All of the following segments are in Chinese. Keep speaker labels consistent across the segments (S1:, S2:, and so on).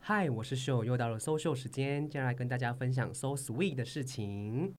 S1: 嗨，我是秀，又到了搜秀时间，接下来跟大家分享搜 sweet 的事情。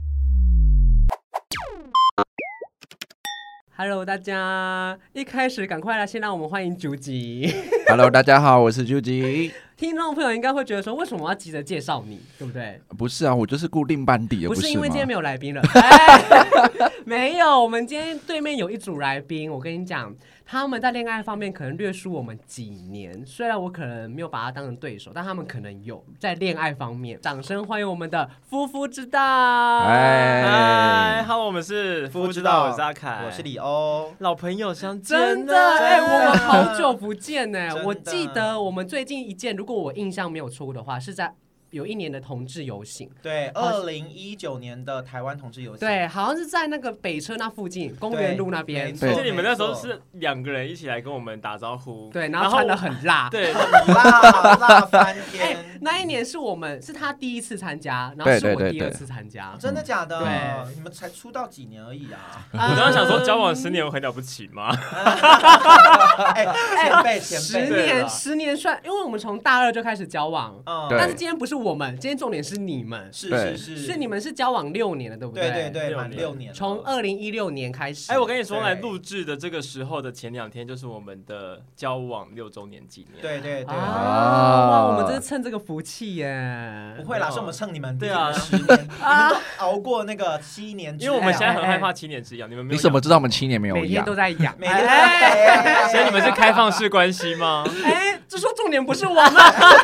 S1: Hello，大家，一开始赶快来，先让我们欢迎竹吉。
S2: Hello，大家好，我是 Judy。
S1: 听众朋友应该会觉得说，为什么我要急着介绍你，对不对？
S2: 不是啊，我就是固定班底的，
S1: 不
S2: 是
S1: 是因
S2: 吗？
S1: 为今天没有来宾了， 哎没有，我们今天对面有一组来宾，我跟你讲，他们在恋爱方面可能略输我们几年，虽然我可能没有把他当成对手，但他们可能有在恋爱方面。掌声欢迎我们的夫妇之道，
S2: 哎
S3: 嗨，Hello，我们是
S4: 夫
S3: 夫
S4: 知
S3: 知
S4: 道
S3: 道，我是阿凯，
S4: 我是李欧。
S3: 老朋友相见啊，
S1: 真的，哎、
S4: 真的
S1: 我们好久不见呢、
S4: 真的
S1: 我记得我们最近一件，如果我印象没有错误的话，是在有一年的同志游行，
S4: 对，
S1: 好
S4: 二零一九年的台湾同志游戏，
S1: 对，啊好像是在那个北车那附近，公园路那边
S4: 没，错
S2: 对
S3: 就你们那时候是两个人一起来跟我们打招呼，
S1: 对，然后穿的很辣，
S3: 对，
S4: 辣辣翻
S1: 哎、
S4: 天，
S1: 那一年是我们是他第一次参加，然后
S2: 对
S1: 是我
S2: 对对
S1: 第二
S2: 对
S1: 次参 加。
S4: 真的假的？
S1: 对
S4: 你们才出道几年而已 啊！
S1: 我
S3: 我刚刚想说交往十年我很了不起吗？
S4: 哎，前辈前
S1: 十
S4: 辈，
S1: 年，十年算，因为我们从大二就开始交往，
S4: 嗯
S2: 对
S1: 但是今天不是我们，今天重点是你们，
S4: 是
S2: 对
S4: 是是，
S1: 是你们是交往六年了，对不
S4: 对
S1: 对
S4: 对对，
S3: 六
S4: 满
S3: 年
S4: 六年了，
S1: 从二零一六年开始。
S3: 哎，我跟你说，来
S4: 对
S3: 录制的这个时候的前两天，就是我们的交往六周年纪念。
S4: 对对
S1: 啊，
S4: 对，
S1: 哇，
S2: 啊
S1: 我们真是趁这个福气耶
S4: 不！会啦，
S3: 没有
S4: 是我们蹭你们
S3: 对啊
S4: 十 年，你们都熬过那个七年之
S3: 因
S4: 痒，
S3: 为我们现在很
S1: 哎哎
S3: 害怕七年之痒，你们没有？
S2: 你怎么？知道我们七年没有
S1: 每
S2: 一
S1: 天
S2: 样
S1: 都？在养，
S4: 每天都
S1: 哎
S4: 在，
S3: 所以你们是开放式关系吗？
S1: 哎，这说重点不是我们， 你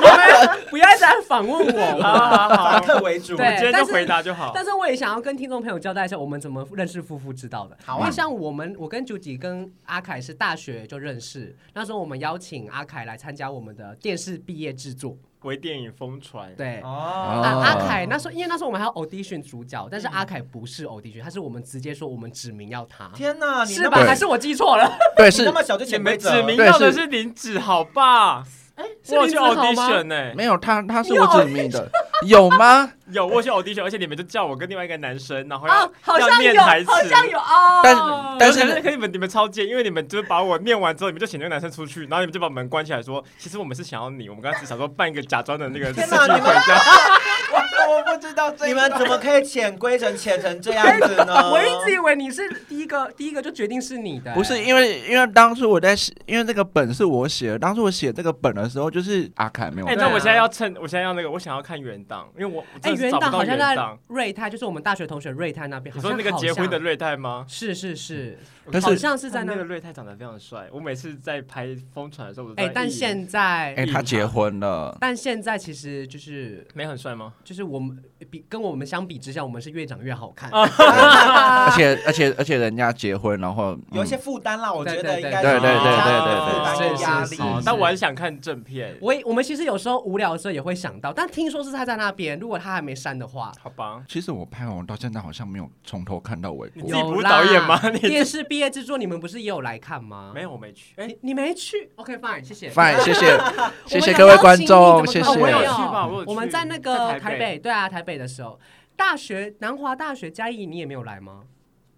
S1: 们不要一直在反问我。
S3: 好好好
S4: 法，克为主，
S1: 对
S3: 我今天
S1: 但
S3: 就是回答就好。
S1: 但是我也想要跟听众朋友交代一下，我们怎么认识夫妇知道的。
S4: 好啊
S1: 因为像我们，我跟九吉跟阿凯是大学就认识，那时候我们邀请阿凯来参加我们的电视毕业制作。
S3: 为电影疯传，
S1: 对，
S4: 哦
S1: 啊，
S2: 哦
S1: 阿凯那时候因为那时候我们还有 audition 主角，但是阿凯不是 audition，他是我们直接说我们指名要他，
S4: 天哪，你
S1: 是
S4: 那
S1: 吧？
S4: 么
S2: 对
S1: 还是我记错了？
S2: 对，
S4: 你
S2: 是
S4: 那么小就
S3: 你
S4: 潜规
S3: 们
S4: 则，
S3: 指名到的是林子豪吧？
S1: 是
S3: 我有
S1: 林
S3: 去
S1: 子豪吗
S3: audition 呢，
S2: 没有他，他是我指名的，有吗？
S3: 有，我有去 audition，而且你们就叫我跟另外一个男生，然后要、
S1: 啊，好
S3: 要
S1: 像
S3: 念
S1: 有，
S3: 台词，
S1: 好像有哦。
S2: 但
S3: 但
S2: 但
S3: 是
S2: 是
S3: 可是你们你们超贱，因为你们就是把我念完之后，你们就请那个男生出去，然后你们就把门关起来说，其实我们是想要你，我们刚刚只想说办一个假装的那个
S4: 天
S3: 视
S4: 哪
S3: 频回
S4: 你们
S3: 家。
S4: 我我不知道这，你们怎么可以潜规则潜成这样子 呢？
S1: 我一直以为你是第一个，第一个就决定是你的、
S2: 不是因为因为当初我在写，因为这个本是我写的，当初我写这个本的时候就是阿凯没有
S3: 哎、
S1: 对啊
S3: 那我现在要趁，我现在要那个，我想要看原档，因为我我
S1: 哎，
S3: 真的
S1: 元
S3: 是找不
S1: 档
S3: 到
S1: 好像
S3: 原
S1: 在
S3: 档。
S1: 瑞泰，就是我们大学同学瑞泰那边，
S3: 你
S1: 好
S3: 说
S1: 像
S3: 那个结婚的
S1: 好像
S3: 瑞泰吗？
S1: 是是是，
S2: 嗯但
S1: 好
S2: 是
S1: 像是在那
S3: 那个。瑞泰长得非常帅，我每次在拍疯传的时候，我都在
S1: 哎，但
S3: 意淫
S1: 现在，
S2: 哎，他结婚了，
S1: 但现在其实就是
S3: 没很帅吗？
S1: 就是我们比跟我们相比之下，我们是越长越好看。
S3: 啊
S1: 啊
S2: 而且而且而且人家结婚，然后嗯
S4: 有一些负担啦，我觉得
S1: 对对对
S4: 应该
S2: 对对对
S4: 家庭
S2: 对对
S4: 负担
S1: 对
S4: 跟压
S1: 是
S4: 力
S1: 是是
S3: 哦，但我很想看正片，
S1: 我也我们其实有时候无聊的时候也会想到，但听说是他在那边，如果他还没删的话，
S3: 好吧？
S2: 其实我拍完我到现在好像没有从头看到尾
S3: 你
S2: 过
S3: 自，己不
S1: 有
S3: 是
S1: 啦
S3: 导演吗你
S1: 电视毕业制作你们不是也有来看吗？
S3: 没有，我没去。哎、
S1: 你你没去？OK fine，谢谢。
S2: fine，谢谢谢
S1: 我
S2: 谢
S1: 们
S2: 各位
S1: 想
S2: 观
S1: 邀
S2: 众，
S1: 请
S2: 谢
S1: 你怎么可能
S3: 哦我有
S1: 没
S3: 去
S2: 谢。
S3: 吧，我有去。
S1: 我们在那
S3: 在
S1: 个
S3: 台
S1: 台北，对啊，台北的时候，大学南华大学嘉义，你也没有来 吗？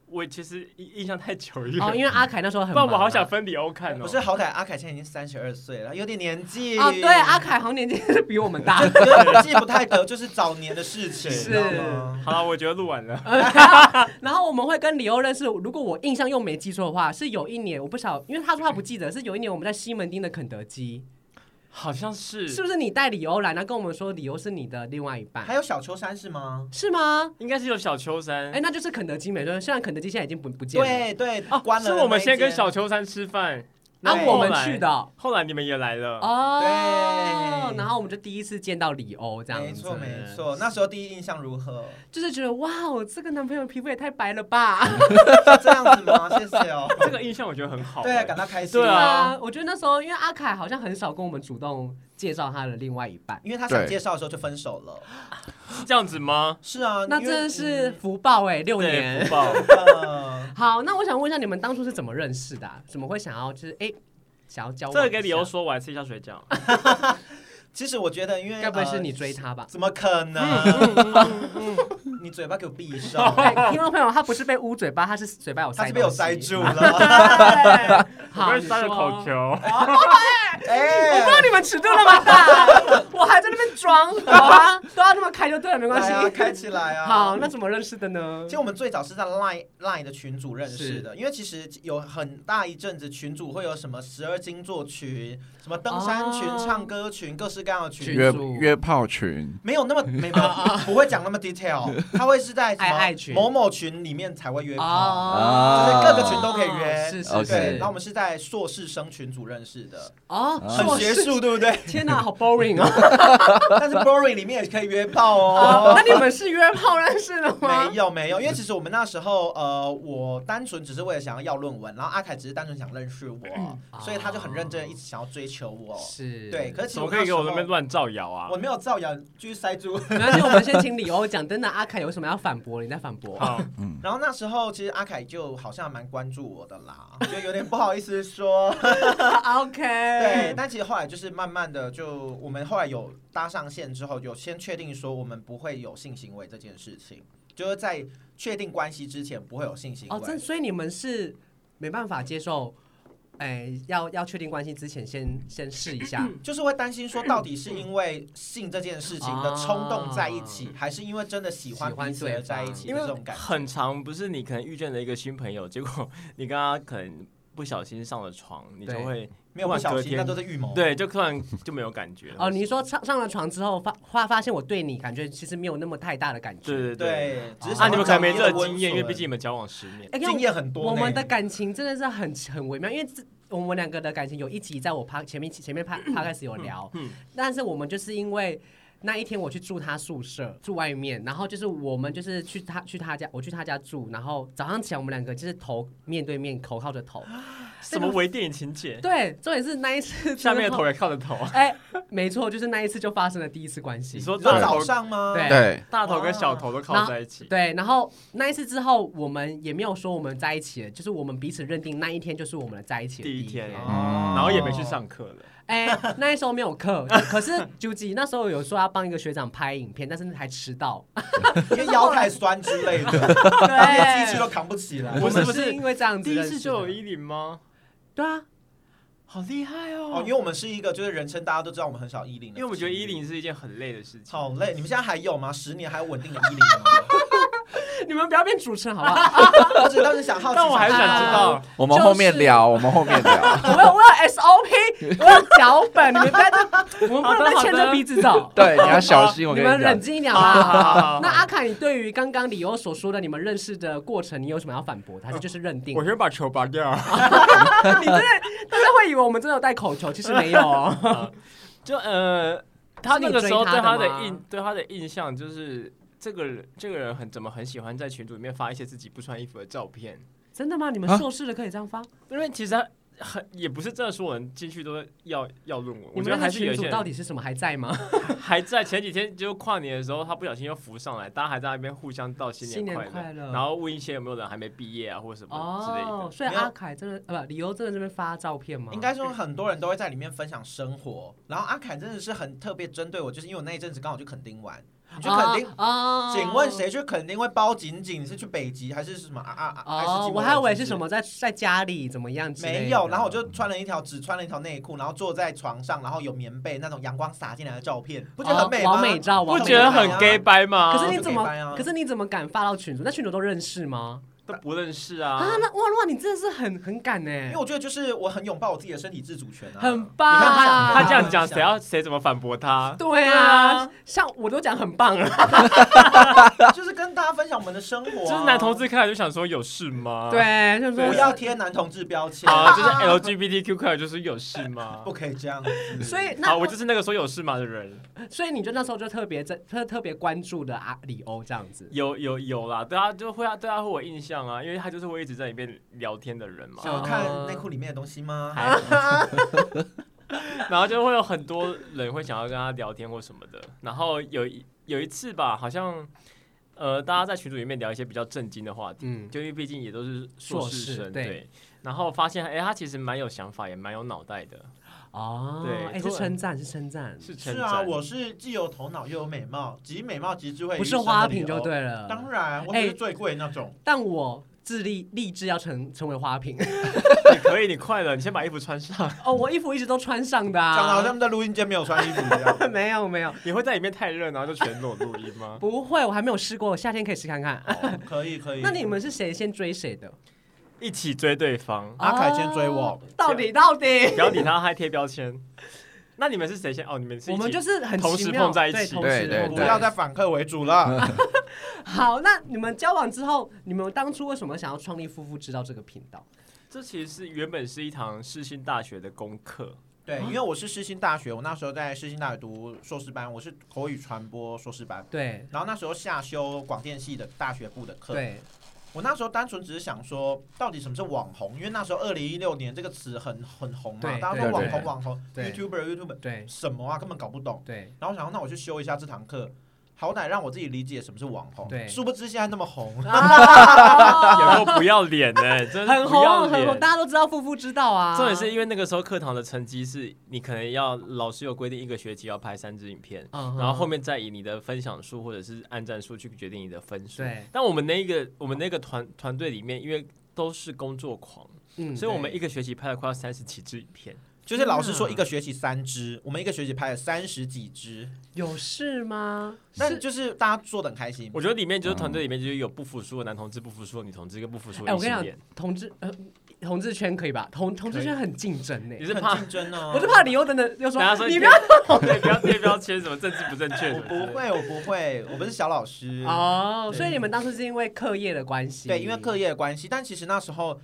S3: 我其实印印象太久远，
S1: 哦，因为阿凯那时候很
S3: 不
S1: 忙
S3: 然
S1: 啊，
S3: 我好想分离欧看哦。
S4: 不是，好歹阿凯现在已经三十二岁了，有点年纪
S1: 啊，对，阿凯好像年纪是比我们大
S4: 就，就年纪不太得，就是早年的事情，
S3: 是
S4: 你知道吗
S3: 好了，我觉得录完了。
S1: 然后我们会跟李欧认识。如果我印象又没记错的话，是有一年我不晓，因为他说他不记得，是有一年我们在西门町的肯德基，
S3: 好像是，哎
S1: 是不是你带李欧来，然后跟我们说李欧是你的另外一
S4: 还
S1: 半，
S4: 有小秋山是吗？
S1: 是吗？
S3: 应该是有小秋山。
S1: 哎，那就是肯德基没错，虽然肯德基现在已经不不见了，
S4: 对对，
S3: 哦
S4: 关了。
S3: 是我们先跟小，秋山吃饭，
S1: 然后我们
S3: 后来
S1: 去的。
S3: 后来你们也来了。
S1: 哦，
S4: 对
S1: 然后我们就第一次见到李欧这样子，
S4: 没错没错，那时候第一印象如何？
S1: 就是觉得哇哦，这个男朋友皮肤也太白了吧！
S4: 是这样子吗？谢谢哦。
S3: 这个印象我觉得很好。
S4: 对，
S3: 哎
S4: 感到开心。
S3: 对啊
S1: 啊，我觉得那时候因为阿凯好像很少跟我们主动介绍他的另外一半，
S4: 因为他想
S2: 对
S4: 介绍的时候就分手了。
S3: 是这样子吗？
S4: 是啊，
S1: 那
S4: 因
S1: 真
S4: 为
S1: 的是福报哎、六
S3: 对，
S1: 年。
S3: 福报。
S4: 嗯
S1: 好，那我想问一下，你们当初是怎么认识的啊、怎么会想要就是哎、想要交往？
S3: 这个给理由，说，我还吃一下水饺。
S4: 其实我觉得，因为
S1: 该不会是
S4: 呃
S1: 你追他 吧？
S4: 怎么可能？ 你嘴巴给我闭 上！
S1: 对，听众朋友，他不是被捂嘴巴，他是嘴巴有
S4: 他
S1: 塞，
S4: 是被我塞住。
S1: 对
S4: 了。
S1: 好，
S3: 我被塞了口
S1: 你说。
S3: 球。
S4: 哎
S1: 我不知道你们尺度那么大，我还装，好啊，都要那么开就对了，没关
S4: 来啊，
S1: 系。
S4: 开起来 啊！
S1: 好，那怎么认识的呢
S4: 其？实我们最早是在 Line Line 的群组认识的，因为其实有很大一阵子群组会有什么十二星座群、什么登山群、
S1: 哦
S4: 唱歌群、各式各样的群
S1: 群
S2: 约
S1: 组
S2: 约炮群，
S4: 没有那么 没有不会讲那么 detail，他会是在
S1: 爱爱
S4: 什
S1: 群
S4: 么某某群里面才会约炮，
S1: 哦
S4: 就是各个群都可以
S3: 哦
S4: 约
S1: 啊是是
S2: OK
S4: 对，
S1: 是
S4: 然后我。们是啊在硕士生群组认识的，
S1: 哦，
S3: 啊
S2: 硕
S4: 很
S1: 硕
S4: 学
S1: 士，
S4: 术对不对？
S1: 天哪，好 boring 哦。
S4: 但是 boring 里面也可以约 炮
S1: 哦
S4: 哦
S3: 啊
S1: 那。你们是约炮认识的吗
S4: 没？有没有，因为其实我们那时候，呃，我单纯只是为了想要要论文，然后阿凯只是单纯想认识
S3: 嗯
S4: 我，所以他就很认真地一直想要追求我。
S1: 是，
S4: 对，可是其实
S3: 啊怎么可以给我
S4: 那
S3: 那
S4: 时
S3: 边
S4: 候
S3: 乱造谣啊
S4: 我？没有造谣，继续塞住。
S1: 没关系，我们先请李欧讲。等等，阿凯有什么要反驳？你再反驳。
S3: 好，
S4: 然后那时候其实阿凯就好像蛮关注我的啦，就有点不好意思说。
S1: OK。
S4: 对，，但其实后来就是慢慢的就，我们后来有搭上线之后，有先确定说我们不会有性行为这件事情，就是在确定关系之前不会有性行为。
S1: 哦，这所以你们是没办法接受，哎，要要确定关系之前先先试一下。
S4: 就是会担心说，到底是因为性这件事情的冲动在一起，还是因为真的喜欢
S1: 喜欢
S4: 彼此而
S1: 对方
S4: 在一起
S3: 因
S4: 的
S3: 为
S4: 这种感觉？
S3: 很长，不是你可能遇见了一个新朋友，结果你跟他可能不小心上了床，你就
S1: 对
S3: 会
S4: 没有不小
S3: 晚隔
S4: 心，
S3: 天
S4: 那都是预谋。，
S3: 对，就突然就没有感觉了。
S1: 哦，你说上上了床之后发发发现我对你感觉其实没有那么太大的感觉。
S3: 对对对。
S4: 对，只是
S3: 啊，
S4: 想
S3: 你们可
S4: 找
S3: 能没
S4: 一
S3: 这
S4: 个
S3: 个
S4: 温
S3: 经验，因为
S4: 存
S3: 毕竟你们交往十年。
S1: 哎因为
S4: 经验很多呢。
S1: 我们的感情真的是很很微妙，因为这我们两个的感情有一集在我趴前面前面趴趴开始有聊，
S3: 嗯
S1: 但是我们就是因为。那一天我去住他宿舍，住外面，然后就是我们就是去他去他家，我去他家住，然后早上起来我们两个就是头面对面，口靠着 头。
S3: 什么微电影情节？
S1: 对，重点是那一次
S3: 下面的头
S1: 人，
S3: 也靠着头。
S1: 哎，没错，就是那一次就发生了第一次关系。
S3: 你说
S4: 你说
S3: 大头
S4: 早上吗？
S1: 对
S2: 对，
S3: 大 头跟小头都靠在一起，
S1: 对，然后那一次之后，我们也没有说我们在一起了，就是我们彼此认定那一天就是我们的在一起的
S3: 第一
S1: 一
S3: 天哦
S1: 天
S3: 嗯然后也没去上课了。
S1: 哎、那时候没有课，可是九吉那时候有说要帮一个学长拍影片，但是还迟到。
S4: 因为腰太酸之类的，连机器都扛不起来。
S1: 我
S3: 不是
S1: 们
S3: 不是
S1: 是因为这样子
S3: 第一
S1: 认识的
S3: 次就有依林吗？
S1: 对啊，
S3: 好厉害
S4: 哦，
S3: 哦
S4: 因！为我们是一个，就是人称大家都知道我们很少依零，
S3: 因为我觉得依林是一嗯件很累的事情。
S4: 好累。你们现在还有吗？十年还有稳定的依零吗？
S1: 你们不要变主持人好不好？
S4: 我只是当时想好 奇，
S3: 但我还是想知道，
S2: 我们
S1: 就是
S2: 后面聊，我们后面 聊。
S1: 我有我有 SOP，我有脚本，你们不要这，我们不能再牵着鼻子走。
S2: 对，你要小心，我
S1: 你
S2: 跟
S1: 们
S2: 讲
S1: 冷。静一点
S3: 好好好好
S1: 啊
S3: 好！
S1: 那阿凯，你对于刚刚理由所说的你们认识的过程，你有什么要反驳的？还是就是认定？
S3: 我先把球拔 掉。
S1: 你真的大家会以为我们真的有戴口球，其实没有 哦。
S4: 啊
S3: 就呃，他
S1: 是你
S3: 那个时候
S1: 追
S3: 对
S1: 他
S3: 他
S1: 的吗
S3: 的印对他的印象就是这个人这个人很怎么很喜欢在群组里面发一些自己不穿衣服的照片，
S1: 真的吗？你们
S4: 啊
S1: 硕士的可以这样发？
S3: 因为其实他很也不是真的说我们进去都要要论文，
S1: 你
S3: 我
S1: 们
S3: 觉
S1: 那
S3: 得
S1: 个
S3: 还是
S1: 群
S3: 有一
S1: 主
S3: 些
S1: 到底是什么还在吗？
S3: 还在前几天就跨年的时候，他不小心又浮上来，大家还在那边互相道
S1: 新年
S3: 快
S1: 快乐
S3: 然后问一些有没有人还没毕业啊或者什么之类的。
S1: 哦，所以
S4: 没有
S1: 阿凯真的呃不，理由真的这边发照片
S3: 嗯
S1: 吗？
S4: 应该说很多人都会在里面分享生活，然后阿凯真的是很特别针对我，就是因为我那一阵子刚好去垦丁玩，你去垦丁，
S1: 哦
S4: 请问？谁去垦丁会包紧紧？你是去北极还是什么啊啊啊？还是
S1: 哦
S4: 金，
S1: 我
S4: 门
S1: 还以为是什？么在在家里怎么样之类的嗯
S4: 没有，然后我就穿了一条只穿了一条内裤，然后坐在床上，然后有棉被，那种阳光洒进来的照片，不觉得很美
S1: 哦
S4: 吗？
S1: 完美照，啊
S3: 不
S1: 完美
S3: 觉得很
S1: 照
S3: gay 掰吗？
S1: 可是你怎
S4: 就可以搬
S1: 么
S4: 啊？
S1: 可是你怎么敢发到群主？那群主都认识吗？
S3: 都不认识
S1: 啊，
S3: 啊！
S1: 那哇哇，你真的是很很敢呢，欸
S4: 因为我觉得就是我很拥抱我自己的身体自主权啊，
S1: 很
S3: 你
S1: 棒。
S3: 看他他这样
S4: 啊
S3: 讲，谁 要谁怎么反驳他？
S1: 对啊，像我都讲很棒啊了。
S4: 就是跟大家分享我们的生活啊、
S3: 就是男同志看了就想说有事吗？
S1: 对，就是
S4: 不
S1: 说，
S4: 要贴男同志标签，
S3: 啊，就是 LGBTQ 看了就是有事吗
S4: 不？可以这样子。
S1: 所以
S3: 好，
S1: 那
S3: 我就是那个说有事吗的人，
S1: 所以你就那时候就特别在特特别关注的阿里欧这样子。
S3: 有有有啦，对啊，就会啊，对啊，会有印象啊，因为他就是会一直在里面聊天的人嘛，
S4: 想 看内裤里面的东西吗？
S3: 啊还 然后就会有很多人会想要跟他聊天或什么的。然后有一有一次吧，好像呃，大家在群组里面聊一些比较震惊的话题，
S1: 嗯，
S3: 就因为毕竟也都是硕
S1: 硕
S3: 士
S1: 士
S3: 生，
S1: 对
S3: 对。然后发现，哎、他其实蛮有想法，也蛮有脑袋的，
S1: 哦，
S3: 对
S1: 哎，
S3: 突
S1: 是
S3: 然
S1: 称赞，是称赞，
S3: 是称
S4: 是
S3: 赞
S4: 啊， 我是既有头脑又有美貌，集美貌集智慧于一
S1: 不
S4: 身
S1: 是
S4: 的理由，
S1: 花瓶就对了。
S3: 哎
S4: 当然，我只是最贵那种。
S1: 但我自立立志要成成为花瓶。
S3: 你可以，你快了，你先把衣服穿上。
S1: 哦，我衣服一直都穿上的
S4: 讲的好像他
S1: 啊。
S4: 们在录音间没有穿衣服一 样。
S1: 没有没有，
S3: 你会在里面太热，然后就全裸录音吗？
S1: 不会，我还没有试过，我夏天可以试看看。
S4: 哦可以可 以。
S1: 那你们是谁先追谁的？
S3: 一起追对方，
S4: 阿凯先追我
S1: 哦，到底到底，
S3: 不要理他，还贴标签。那你们是谁先？哦，你们是 一
S1: 我们
S3: 起
S1: 就是很
S3: 同
S1: 奇
S3: 时
S1: 妙
S3: 碰在一
S1: 对
S3: 起
S1: 同时
S2: 对对
S1: 碰
S4: 不
S2: 对
S1: 在
S4: 要
S1: 一
S4: 再反客为主了。
S1: 起好，那你们交往之后，你们当初为什么想要创立夫妇知道这个频道？
S3: 这其实是原本是一堂世新大学的功课，
S4: 对，因为我是世新大学，我那时候在世新大学读硕士班，我是口语传播硕士班。
S1: 对
S4: 然后那时候下修广电系的大学部的课，
S1: 对，
S4: 我那时候单纯只是想说，到底什么是网红？因为那时候二零一六年这个词很很红嘛，
S1: 对
S4: 大家说
S2: 对
S4: 网
S2: 对
S4: 红
S1: 对
S4: 网红
S1: 对
S4: ，YouTuber YouTuber
S1: 对
S4: 什么啊，根本搞不懂。
S1: 对
S4: 然后我想说，那我去修一下这堂课，好歹让我自己理解什么是网红。
S1: 对
S4: 殊不知现在那么红，
S3: 有
S1: 啊，
S3: 没有不要脸呢、欸真的
S1: 很
S3: 是不
S1: 红
S3: 要
S1: 很红，
S3: 脸。
S1: 大家都知道夫妇知道啊。
S3: 重点是因为那个时候课堂的成绩是你可能要老师有规定一个学期要拍三支影片，
S1: 嗯哼，
S3: 然后后面再以你的分享数或者是按赞数去决定你的分数。
S1: 对，
S3: 但我们那一个我们那个团团队里面，因为都是工作狂，
S1: 嗯
S3: 所以我们
S4: 对
S3: 一个学期拍了快要三十几支影片。
S4: 就是老师说一个学期三支，我们一个学期拍了三十几支，
S1: 有事吗？
S4: 但
S1: 是
S4: 就是大家做的很开心。
S3: 我觉得里面就是团队里面就是有不服输的男同志、不服输的女同志跟不服输
S1: 哎，
S3: 的异
S1: 我跟
S3: 性
S1: 你
S3: 恋
S1: 讲。，同志呃同志圈可以吧？同同志圈很竞争呢
S3: 你。是
S4: 很
S3: 怕
S4: 竞争哦呢、
S1: 我是怕你又等等又
S3: 大家说
S1: 说你不要
S3: 对不要贴标签什么政治不正确什
S4: 我
S3: 么之类的，
S4: 不会，我不会，我不是小老师。
S1: 哦，
S4: 对
S1: 所以你们当初是因为课业的关系？
S4: 对，因为课业的关系，但其实那时候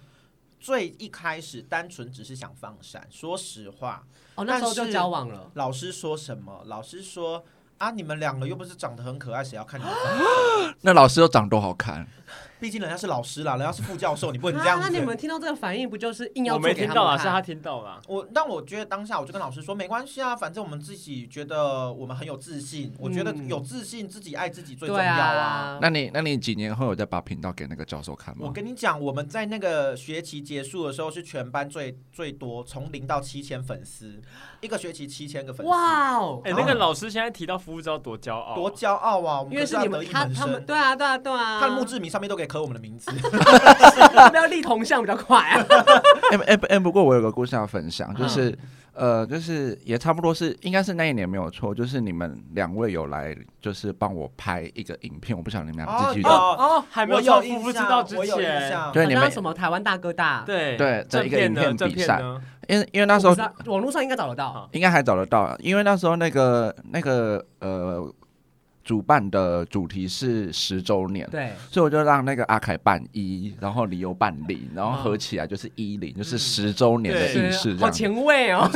S4: 最一开始单纯只是想放闪。说实话，
S1: 哦，那时候
S4: 但
S1: 就是交往了。
S4: 老师说什么？老师说啊，你们两个又不是长得很可爱，谁要看你们放闪？
S2: 那老师又长多好看，
S4: 毕竟人家是老师啦，人家是副教授，你不能
S1: 啊
S4: 这样
S1: 那你
S4: 子。
S1: 们听到这个反应，不就是硬要
S3: 我没
S1: 做给
S3: 听
S1: 他
S3: 到啊
S1: 们
S3: 啦，是
S1: 看
S3: 他听到啦。
S4: 我但我觉得当下我就跟老师说没关系啊，反正我们自己觉得我们很有自信，我觉得
S1: 嗯
S4: 有自信自己爱自己最重
S1: 对
S4: 要
S1: 啊。
S2: 那你那你几年后有再把频道给那个教授看
S4: 我
S2: 吗？
S4: 跟你讲，我们在那个学期结束的时候是全班最最多，从零到七千粉丝，一个学期七千个粉丝，
S1: 哇哦！
S3: 哎，那个老师现在提到服务知道多骄傲啊，
S4: 多骄傲啊！我们
S1: 因为
S4: 是
S1: 是你们他他们对啊对啊对啊，
S4: 他的墓志铭上面都可以刻我们的名字，
S1: 要不要立铜像比较快啊？
S2: 哎哎哎，不过我有个故事要分
S1: 嗯
S2: 享，就是、呃，就是也差不多是应该是那一年没有错，就是你们两位有来就是帮我拍一个影片，我不晓得你们俩
S4: 哦
S2: 记不记得？
S4: 哦
S3: 哦，还没
S4: 我
S3: 有到
S4: 有
S3: 服
S4: 印
S3: 务知
S4: 象
S3: 道之
S4: 我有印
S3: 前，
S4: 象，
S2: 对，
S1: 好
S2: 你
S1: 像
S2: 们
S1: 什么台湾大哥大？
S3: 对
S2: 对
S3: 正
S2: 的一个
S3: 片呢，
S2: 影片
S3: 正
S2: 比
S3: 片
S2: 赛
S3: 呢，
S2: 因为因为那时
S1: 我
S2: 候
S1: 不知道网络上应该找得到。
S2: 应该还找得到，因为那时候那个那个呃主办的主题是十周年，
S1: 对，
S2: 所以我就让那个阿凯办一，然后理由办零，然后合起来就是一零，就是十周年的
S3: 对
S2: 仪式这
S1: 嗯啊好
S2: 样子。
S1: 前卫哦。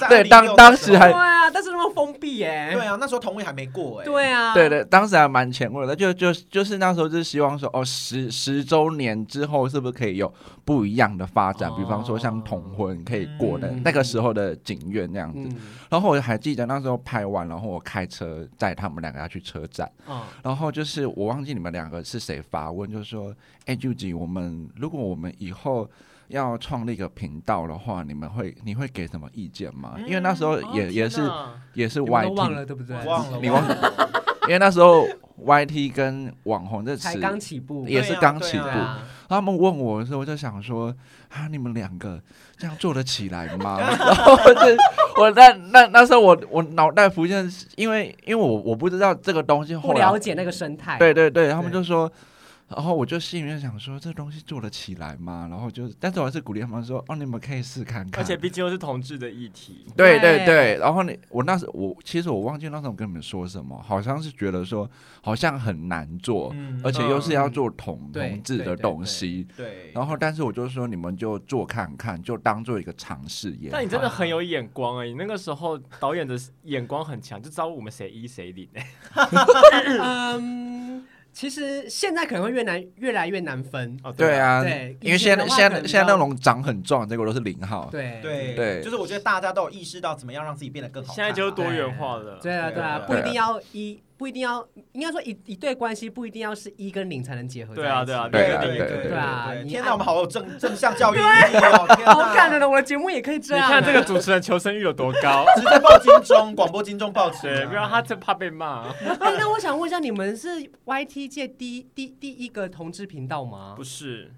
S4: 在
S2: 对
S4: 2016
S2: 当当时
S4: 的候
S2: 还
S1: 对啊，但是那么封闭
S4: 对
S1: 耶。
S4: 啊，那时候同位还没过哎，
S1: 对啊，
S2: 对对，当时还蛮前卫的，就就就是那时候就是希望说，哦，十十周年之后是不是可以有不一样的发展？比方说像同婚可以过的、
S1: 哦嗯
S2: 那个时候的景院那样子。
S1: 嗯，
S2: 然后我还记得那时候拍完，然后我开车载他们两个要去车站，
S1: 嗯
S2: 然后就是我忘记你们两个是谁发问，就是说，哎、舅姐，我们如果我们以后要创立一个频道的话，你们会你会给什么意见吗？
S1: 嗯
S2: 因为那时候也、
S3: 哦
S2: 也
S3: 天
S2: 是
S3: 哪
S2: 也是
S1: 你们
S2: YT，
S1: 都忘了对不对
S4: 我？忘了，
S2: 你
S4: 忘
S2: 忘
S4: 了，
S2: 因为那时候 YT 跟网红这
S1: 才
S2: 词
S1: 刚起步。
S2: 也是刚起步，
S1: 对
S4: 对
S1: 啊，
S2: 他们问我的时候，我就想说啊，你们两个这样做得起来吗？ 然后我就我那那那时候我我脑袋浮现，因为因为我我不知道这个东西
S1: 不
S2: 后来
S1: 了解那个生态。
S2: 对对对，他们
S4: 对
S2: 就说，然后我就心里面想说，这东西做得起来吗？然后就，但是我还是鼓励他们说，哦，你们可以试看看。
S3: 而且毕竟又是同志的议题，
S2: 对对
S1: 对
S2: 对，然后你我那时我其实我忘记那时候我跟你们说什么，好像是觉得说好像很难做，
S4: 嗯
S2: 而且又是要做同
S1: 对
S2: 同志
S1: 嗯对
S2: 的
S1: 对
S2: 东
S1: 对
S2: 西，
S4: 对，
S2: 然后但是我就说你们就做看看，就当做一个尝试也好。
S3: 但你真的很有眼光哎、你那个时候导演的眼光很强，就知道我们谁一谁零哎、
S1: 嗯，其实现在可能会越难，越来越难分。
S3: 哦，
S2: 对
S3: 啊，
S2: 啊，
S1: 对
S2: 因为
S1: 以前
S2: 现
S1: 的
S2: 在
S1: 话
S2: 现
S1: 可
S2: 在
S1: 能比
S2: 现在那
S1: 较
S2: 种长很壮，结果都是零号。
S1: 对
S4: 对
S2: 对
S4: 就是我觉得大家都有意识到怎么样让自己变得更好看啊，
S3: 现在就是多元化了。
S1: 对啊，对啊，
S4: 对啊
S1: 不一定要一不一定要，应该说一一对关系不一定要是一跟零才能结合在一
S3: 对
S1: 起。
S3: 啊对啊
S2: 对啊对
S4: 对对
S2: 对
S1: 啊你
S4: 天
S1: 按
S4: 哪，我们好有正正向教育意义哦！天哪
S1: 好感人的，我的节目也可 以这
S3: 啊
S1: 样。
S3: 你
S1: 啊
S3: 看这个主持人求生欲有多高，
S4: 直接报金钟，广播金钟报纸
S3: 对，，不然他这怕被骂。
S1: 哎，那我想问一下，你们是 YT 界第一第第一个同志频道吗
S3: 不？是，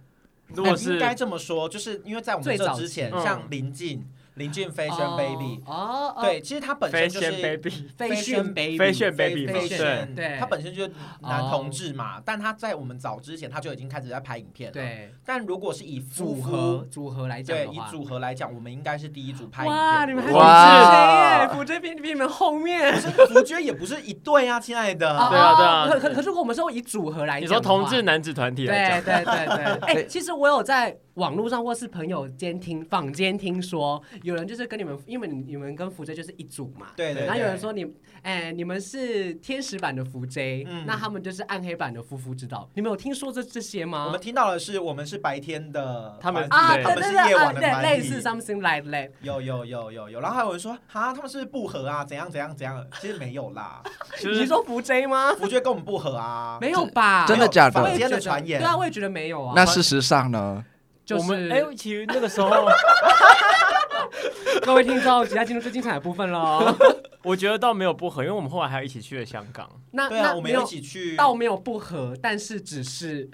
S3: 如
S4: 如
S3: 果
S4: 哎应
S3: 是
S4: 该这么说，就是因为在我们
S1: 最
S4: 这
S1: 早
S4: 之前，
S3: 期
S4: 像林静、林俊飞、轩
S1: 哦
S4: baby，
S1: 哦，哦
S4: 对，其实他本身
S3: 飞
S4: 就
S3: 仙
S4: 是
S3: baby，
S1: 飞
S4: 旋
S1: 旋 baby，
S3: 飞旋 baby 嘛
S4: 飞
S3: 对
S4: 轩，
S1: 对哦
S4: 他本身就是男同志嘛，但他在我们早之前他就已经开始在拍影片了。，
S1: 对
S4: 但如果是以夫
S1: 组
S4: 妇
S1: 合组合来讲
S4: 对
S1: 的
S4: 以
S1: 话，
S4: 组合来讲，我们应该是第一组拍影片的。
S1: 哇，你们还
S2: 哇
S1: 哇，辅追比比你们后面。
S4: 这个福娟也不是一对啊，亲爱
S1: 哦
S4: 的。
S3: 对啊对啊
S1: 可可可是如果我们说以组合来
S3: 你
S1: 讲，
S3: 说同志。男子团体
S1: 对
S3: 来
S1: 对
S3: 讲，
S1: 对对，哎、
S2: 对
S1: 其实我有在网络上或是朋友间听坊间听说，有人就是跟你们，因为你你们跟福 J 就是一组嘛，
S4: 对对
S1: 然后
S4: 对
S1: 有人说你，哎、你们是天使版的福 J，、
S4: 嗯
S1: 那他们就是暗黑版的夫妇之道，你们有听说这这些吗？
S4: 我们听到的是，我们是白天的团体，
S3: 他们
S1: 啊，对
S3: 对
S4: 他
S1: 对
S4: 们是
S1: 对，
S4: 夜
S1: 啊
S4: 晚的
S1: 对，
S4: 团
S1: 类
S4: 体
S1: 似 something like that。
S4: 有有有有有，然后还有人说，哈，他们是不是不和啊？怎样怎样怎样？其实没有啦，
S3: 就
S1: 你
S3: 是
S1: 说福 J 吗？
S4: 福娟跟我们不和啊。
S1: 没有吧？
S2: 真的
S4: 没有
S2: 假的
S1: 我
S4: 坊
S1: 也
S4: 间
S1: 觉
S4: 的
S1: 得
S4: 传言
S1: 对，啊，我也觉得没有啊。
S2: 那事实上呢？
S1: 就是
S3: 我们哎，其实那个 时候，
S1: 各位听众，即将进入最精彩的部分 喽。
S3: 我觉得倒没有不合，因为我们后来还一起去了香港，
S1: 那
S4: 对
S1: 那
S4: 啊，我们
S1: 没
S4: 有
S1: 有
S4: 一起去，
S1: 倒没有不合，但是只是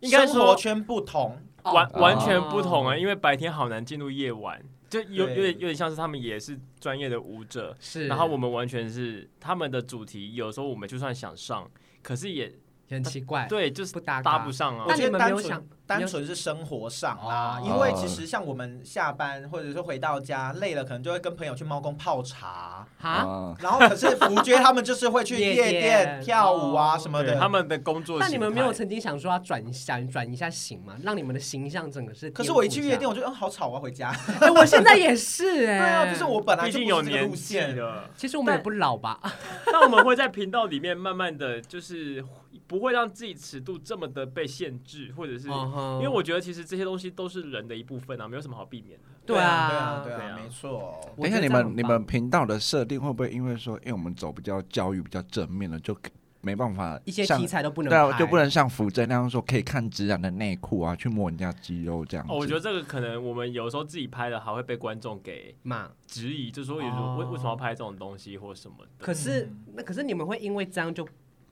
S3: 应该
S4: 生活
S3: 说
S4: 圈不同，
S1: 哦
S3: 完完全不同啊，因为白天好难进入夜晚，就有有
S4: 对
S3: 点有点像是他们也是专业的舞者，
S1: 是。
S3: 然后我们完全是他们的主题，有时候我们就算想上，可是也
S1: 很奇怪，
S3: 对，就是
S1: 不搭嘎
S3: 搭不上啊
S4: 我。
S1: 那
S4: 觉
S1: 你
S4: 得
S1: 们没
S4: 单
S1: 有
S4: 纯
S1: 想
S4: 单纯是生活上啦，
S1: 哦
S4: 因为其实像我们下班或者是回到家累了，可能就会跟朋友去猫公泡茶，
S1: 啊？
S2: 嗯
S4: 然后可是福娟他们就是会去
S1: 夜
S4: 夜店
S1: 店
S4: 跳舞啊
S1: 哦
S4: 什么
S3: 对
S4: 的，
S3: 他们的工作，
S1: 那你们没有？曾经想说要转想转一下型吗？让你们的形象整个是？
S4: 可是我一去夜店，，我就嗯好吵，我要回家。
S1: 哎，我 现在也是
S4: 对
S1: 哎。
S4: 啊，就是。我本来
S3: 毕
S4: 就
S3: 竟
S4: 不
S3: 有
S4: 是这个
S3: 年
S4: 路
S3: 纪
S4: 线。
S3: 了，
S1: 其实我们也不老吧？
S3: 但我们会在频道里面慢慢的就是不会让自己尺度这么的被限制，或
S1: 嗯
S3: 者是因
S1: 因
S3: 为我觉得其实这些东西都是人的一部分啊，没有什么好避免的。
S1: 对
S4: 啊，对
S1: 啊，
S4: 啊，对
S3: 对啊
S4: 啊，没错。
S1: 我
S2: 等
S1: 觉得
S2: 一下，你
S1: 这样很
S2: 们你
S1: 棒
S2: 们频道的设定会不会因为说，因为我们走比较教育、比较正面的，就没办法
S1: 一些
S2: 像
S1: 题材都不能
S2: 对啊，
S1: 拍
S2: 就不能像福珍那样说可以看直男的内裤啊，去摸人家肌肉这样子。
S3: 哦，我觉得这个可能我们有时候自己拍的还会被观众给
S1: 嘛。
S3: 质疑，就说有时候为为什么要拍这种东西或什么的。
S1: 哦可是
S4: 嗯
S1: 那可是你们会因为这样就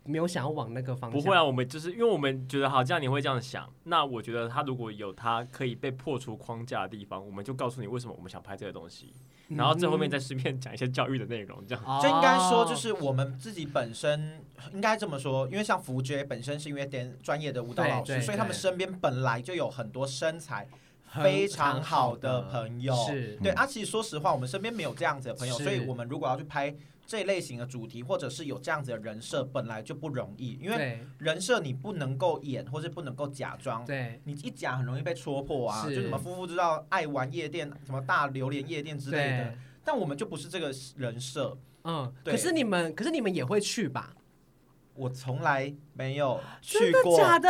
S1: 没有想要往那个方向？
S3: 不会啊，我们就是因为我们觉得好，这样你会这样想。那我觉得他如果有他可以被破除框架的地方，我们就告诉你为什么我们想拍这个东西，
S1: 嗯，
S3: 然后最后面再顺便讲一些教育的内容，这样。
S1: 哦
S4: 这应该说就是我们自己本身应该这么说，因为像福娟本身是因为点专业的舞蹈
S1: 对
S4: 老师，
S1: 对
S4: 所以他们
S1: 对
S4: 身边本来就有很多身材
S1: 很
S4: 非常好
S1: 好的
S4: 的朋友。
S1: 是
S4: 对啊，其实说实话，我们身边没有这样子的朋友，
S1: 是
S4: 所以我们如果要去拍这类型的主题，或者是有这样子的人设，本来就不容易，因为
S1: 对
S4: 人设你不能够演，或是不能够假装，
S1: 对
S4: 你一讲很容易被戳破啊，
S1: 是
S4: 就什么夫妇之道、爱玩夜店、什么大榴莲夜店之类的
S1: 对。，
S4: 但我们就不是这个人设，
S1: 嗯，
S4: 对
S1: 可是你们可是你们也会去吧？
S4: 我从来没有去
S1: 真的
S4: 过。
S1: 假的？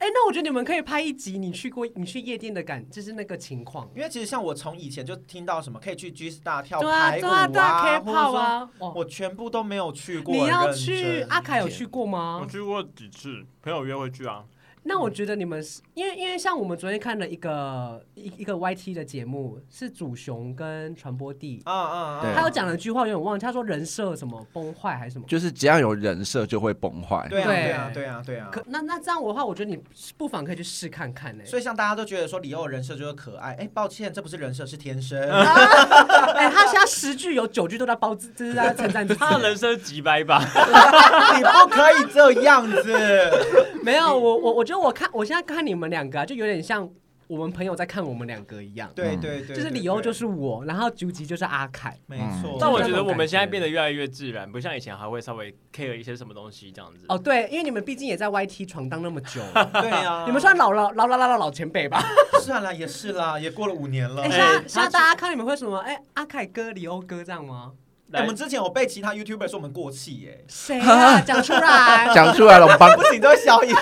S1: 哎、那我觉得你们可以拍一集，你去过你去夜店的感，就是那个情况。
S4: 因为其实像我从以前就听到什么可以去 G Star 跳
S1: 对啊，
S4: 排
S1: 对
S4: 舞
S1: 啊，对啊
S4: 或者
S1: ，K-pop
S4: 说
S1: 啊，哦，
S4: 我全部都没有去过。
S1: 你要
S4: 认真
S1: 去？阿凯有去过吗？
S3: 去过几次，朋友约会去啊。
S1: 那
S4: 嗯
S1: 我觉得你们是因为因为像我们昨天看了一个一一个 YT 的节目，是祖雄跟传播帝，
S4: 啊啊啊！
S2: 对
S1: 他有讲了一句话，我有点忘记，他说人设什么崩坏还是什么。
S2: 就是只要有人设就会崩坏。
S4: 对啊，
S1: 对
S4: 对啊，对啊，对啊。
S1: 可那那这样的话，我觉得你不妨可以去试看看欸呢、
S4: 所以像大家都觉得说李欧的人设就是可爱，哎，抱歉，这不是人设，是天生。
S1: 哎、他现在十句有九句都在包自，就是在称赞自己。
S3: 他的人生几 百吧，
S4: 你不可以这样子。
S1: 没有，我我我觉得我看我现在看你们两个、啊，就有点像我们朋友在看我们两个一样，
S4: 对
S2: 嗯
S4: 对对，
S1: 就是
S4: 对
S1: 理由就
S4: 对
S1: 是我，然后竹吉就是阿凯，
S4: 没
S2: 嗯
S4: 错。
S3: 但我
S1: 就
S3: 觉
S1: 是那
S3: 得
S1: 种
S3: 我们现在
S1: 感觉
S3: 变得越来越自然，不像以前还会稍微 care 一些什么东西这样子。
S1: 哦，对，因为你们毕竟也在 YT 闯荡那么久，
S4: 对啊，
S1: 你们算老老老老老老老前辈吧？
S4: 算了，也是啦，也过了五年了
S1: 哎、。
S3: 是
S1: 现在
S3: 啊他
S1: 现在大家看你们会什么？哎、阿凯哥、李欧哥这样吗？
S4: 哎
S3: 来
S4: 我们之前有被其他 YouTuber 说我们过气耶、
S1: 谁啊？讲出 来。
S2: 讲出来了，我 们帮
S4: 不行，这会消音。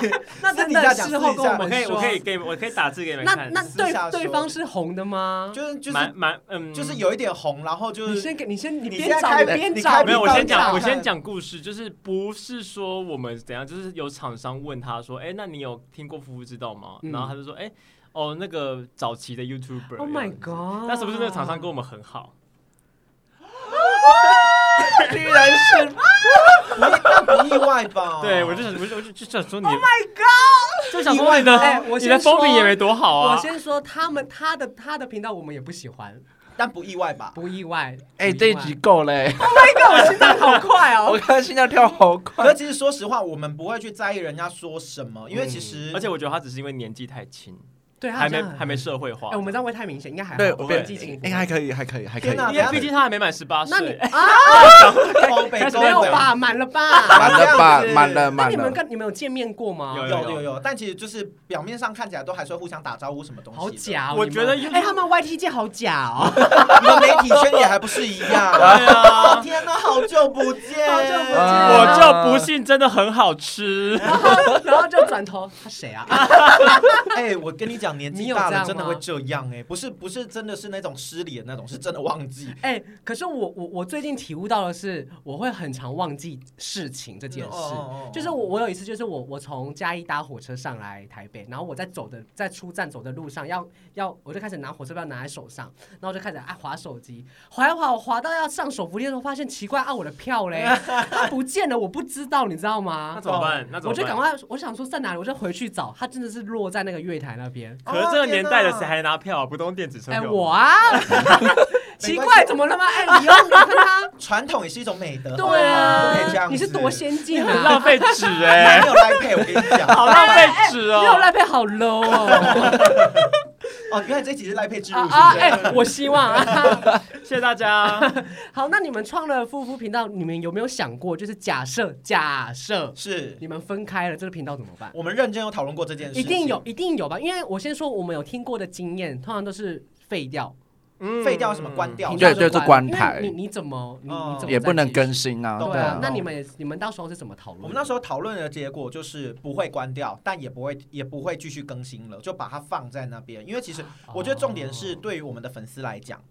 S1: 那真
S4: 私底
S1: 的
S4: 下讲
S1: 事后跟我
S3: 我
S1: 们
S3: 可以，
S1: 说，啊
S3: 我可以给，我可以打字给你们
S1: 那
S3: 看。
S1: 那
S4: 私下
S1: 对
S4: 说
S1: 对方是红的吗？
S4: 就是就是
S3: 蛮蛮嗯，
S4: 就是有一点红，然后就
S1: 你
S4: 是
S1: 先给你先你
S4: 你
S1: 边
S4: 现在
S1: 找
S4: 开
S1: 边
S4: 你
S1: 找，
S4: 开
S3: 没有，我
S4: 频道
S3: 先讲，
S4: 你
S3: 我
S4: 知道
S3: 先讲故事，就是不是说我们怎样，就是有厂商问他说，哎、那你有听过《夫妇之道》吗？
S1: 嗯
S3: 然后他就说，哎、哦，那个早期的 YouTuber。
S1: Oh my god！
S3: 那是不是那个厂商跟我们很好？
S2: 居然是
S4: 不意外吧？
S3: 对，我就想，我就我就就想说你，Oh
S1: 哦？My God！
S3: 就想说你的、
S1: 哎我
S3: 你
S1: 先
S3: 的风评
S1: 说
S3: 也没多好
S1: 我
S3: 啊。
S1: 先说，他们他的他的频道我们也不喜欢，
S4: 但不意外吧？
S1: 不意外。
S2: 哎，这一集够嘞，
S1: 那个我心脏好快
S2: 我
S1: 哦。
S2: 看心跳跳好快
S4: 可。是其实说实话，我们不会去在意人家说什么，因为其
S3: 嗯
S4: 实、
S3: 而且我觉得他只是因为年纪太轻，
S1: 对，他好
S3: 还没
S1: 像
S3: 还没。社会化。
S1: 哎，我们这样会太明显，应该还好。
S2: 对，
S1: 我
S2: 我
S1: 们
S2: 被
S1: 记性
S2: 哎还可以，还可以，还可以
S4: 天。哪
S3: 因为毕竟他还没满十八
S1: 那你
S3: 岁。
S1: 啊，
S4: 欧北
S3: 开始
S4: 欧
S1: 没有
S4: 北
S1: 吧？满了吧？
S2: 满了吧
S4: 这样子？
S2: 满了，
S1: 那
S2: 满
S1: 你们
S2: 了。
S1: 跟你们有见面过吗？
S3: 有
S4: 有有有，但其实就是表面上看起来都还是会互相打招呼什么东西。
S1: 好，假哦！
S3: 我
S1: 你们
S3: 觉得
S1: 哎，他们 YT 界好假哦。
S4: 你们媒体圈也还不是一
S3: 对
S4: 样。
S3: 啊，
S4: 天哪，好久不见，
S1: 好久不见
S2: 啊
S3: 我
S1: 呃
S3: 就不信真的很好吃。
S1: 然后就转头，他谁啊？ 啊
S4: 哎，我跟你讲，年
S1: 你
S4: 纪
S1: 有
S4: 大
S1: 这样
S4: 了真的
S1: 吗
S4: 会这样哎，不是不是，真的是那种失礼的那种，是真的忘记。
S1: 哎、可是我我我最近体悟到的是，我会很常忘记事情这
S3: 嗯
S1: 件事。
S4: 哦
S1: 就是我，我有一次，就是我，我从嘉义搭火车上来台北，然后我在走的，在出站走的路上，要要，我就开始拿火车票拿在手上，然后我就开始啊划手机，划一划，我划到要上手扶梯的时候，发现奇怪啊，我的票 嘞，它不见了，我不知道，你知道
S3: 那
S1: 吗？
S3: 怎么办？那怎
S1: 我
S3: 么
S1: 就赶
S3: 办？
S1: 快，我想说在哪里，我就回去找，它真的是落在那个月台那边。
S4: 哦
S3: 可是这个年代的
S4: 天
S3: 谁
S4: 哪
S3: 还拿票啊？不动电子车
S1: 哎、
S3: 票吗
S1: 我啊， 奇怪，怎么了吗？哎、你又你看他。
S4: 传统也是一种美德，
S1: 对
S4: 好不好不可以这
S1: 啊，
S4: 样子
S1: 你是多先进
S3: 很
S1: 啊！
S3: 浪费纸
S4: 没
S3: 哎，
S4: 有来配，我跟你 讲。
S3: 好浪费纸
S1: 没有
S3: 哦。
S1: 赖配好 low 哦！
S4: 哦，原来这集是赖配之
S1: 啊
S4: 路，是
S1: 啊，
S4: 不是？
S1: 哎，我希望啊。
S3: 谢谢大家。
S1: 好，那你们创了夫妇频道，你们有没有想过，就是假设假设
S4: 是
S1: 你们分开了，这个频道怎么办？
S4: 我们认真有讨论过这件事情，
S1: 一定有，一定有吧？因为我先说，我们有听过的经验，通常都是废掉，
S3: 嗯
S4: 废掉什么关掉
S1: 频
S4: 什
S1: 道
S4: 么，
S2: 对对
S1: 就
S2: 就关
S1: 因为
S2: 台
S1: 你你怎么你你
S4: 哦
S1: 怎么
S2: 也不能
S1: 再
S2: 更新啊，
S1: 继续对
S4: 对啊
S1: 啊？那你们你们到时候是怎么讨论？
S4: 我们那时候讨论的结果就是不会关掉，但也不会也不会继续更新了，就把它放在那边。因为其实我觉得重点是
S1: 哦
S4: 对于我们的粉丝来讲，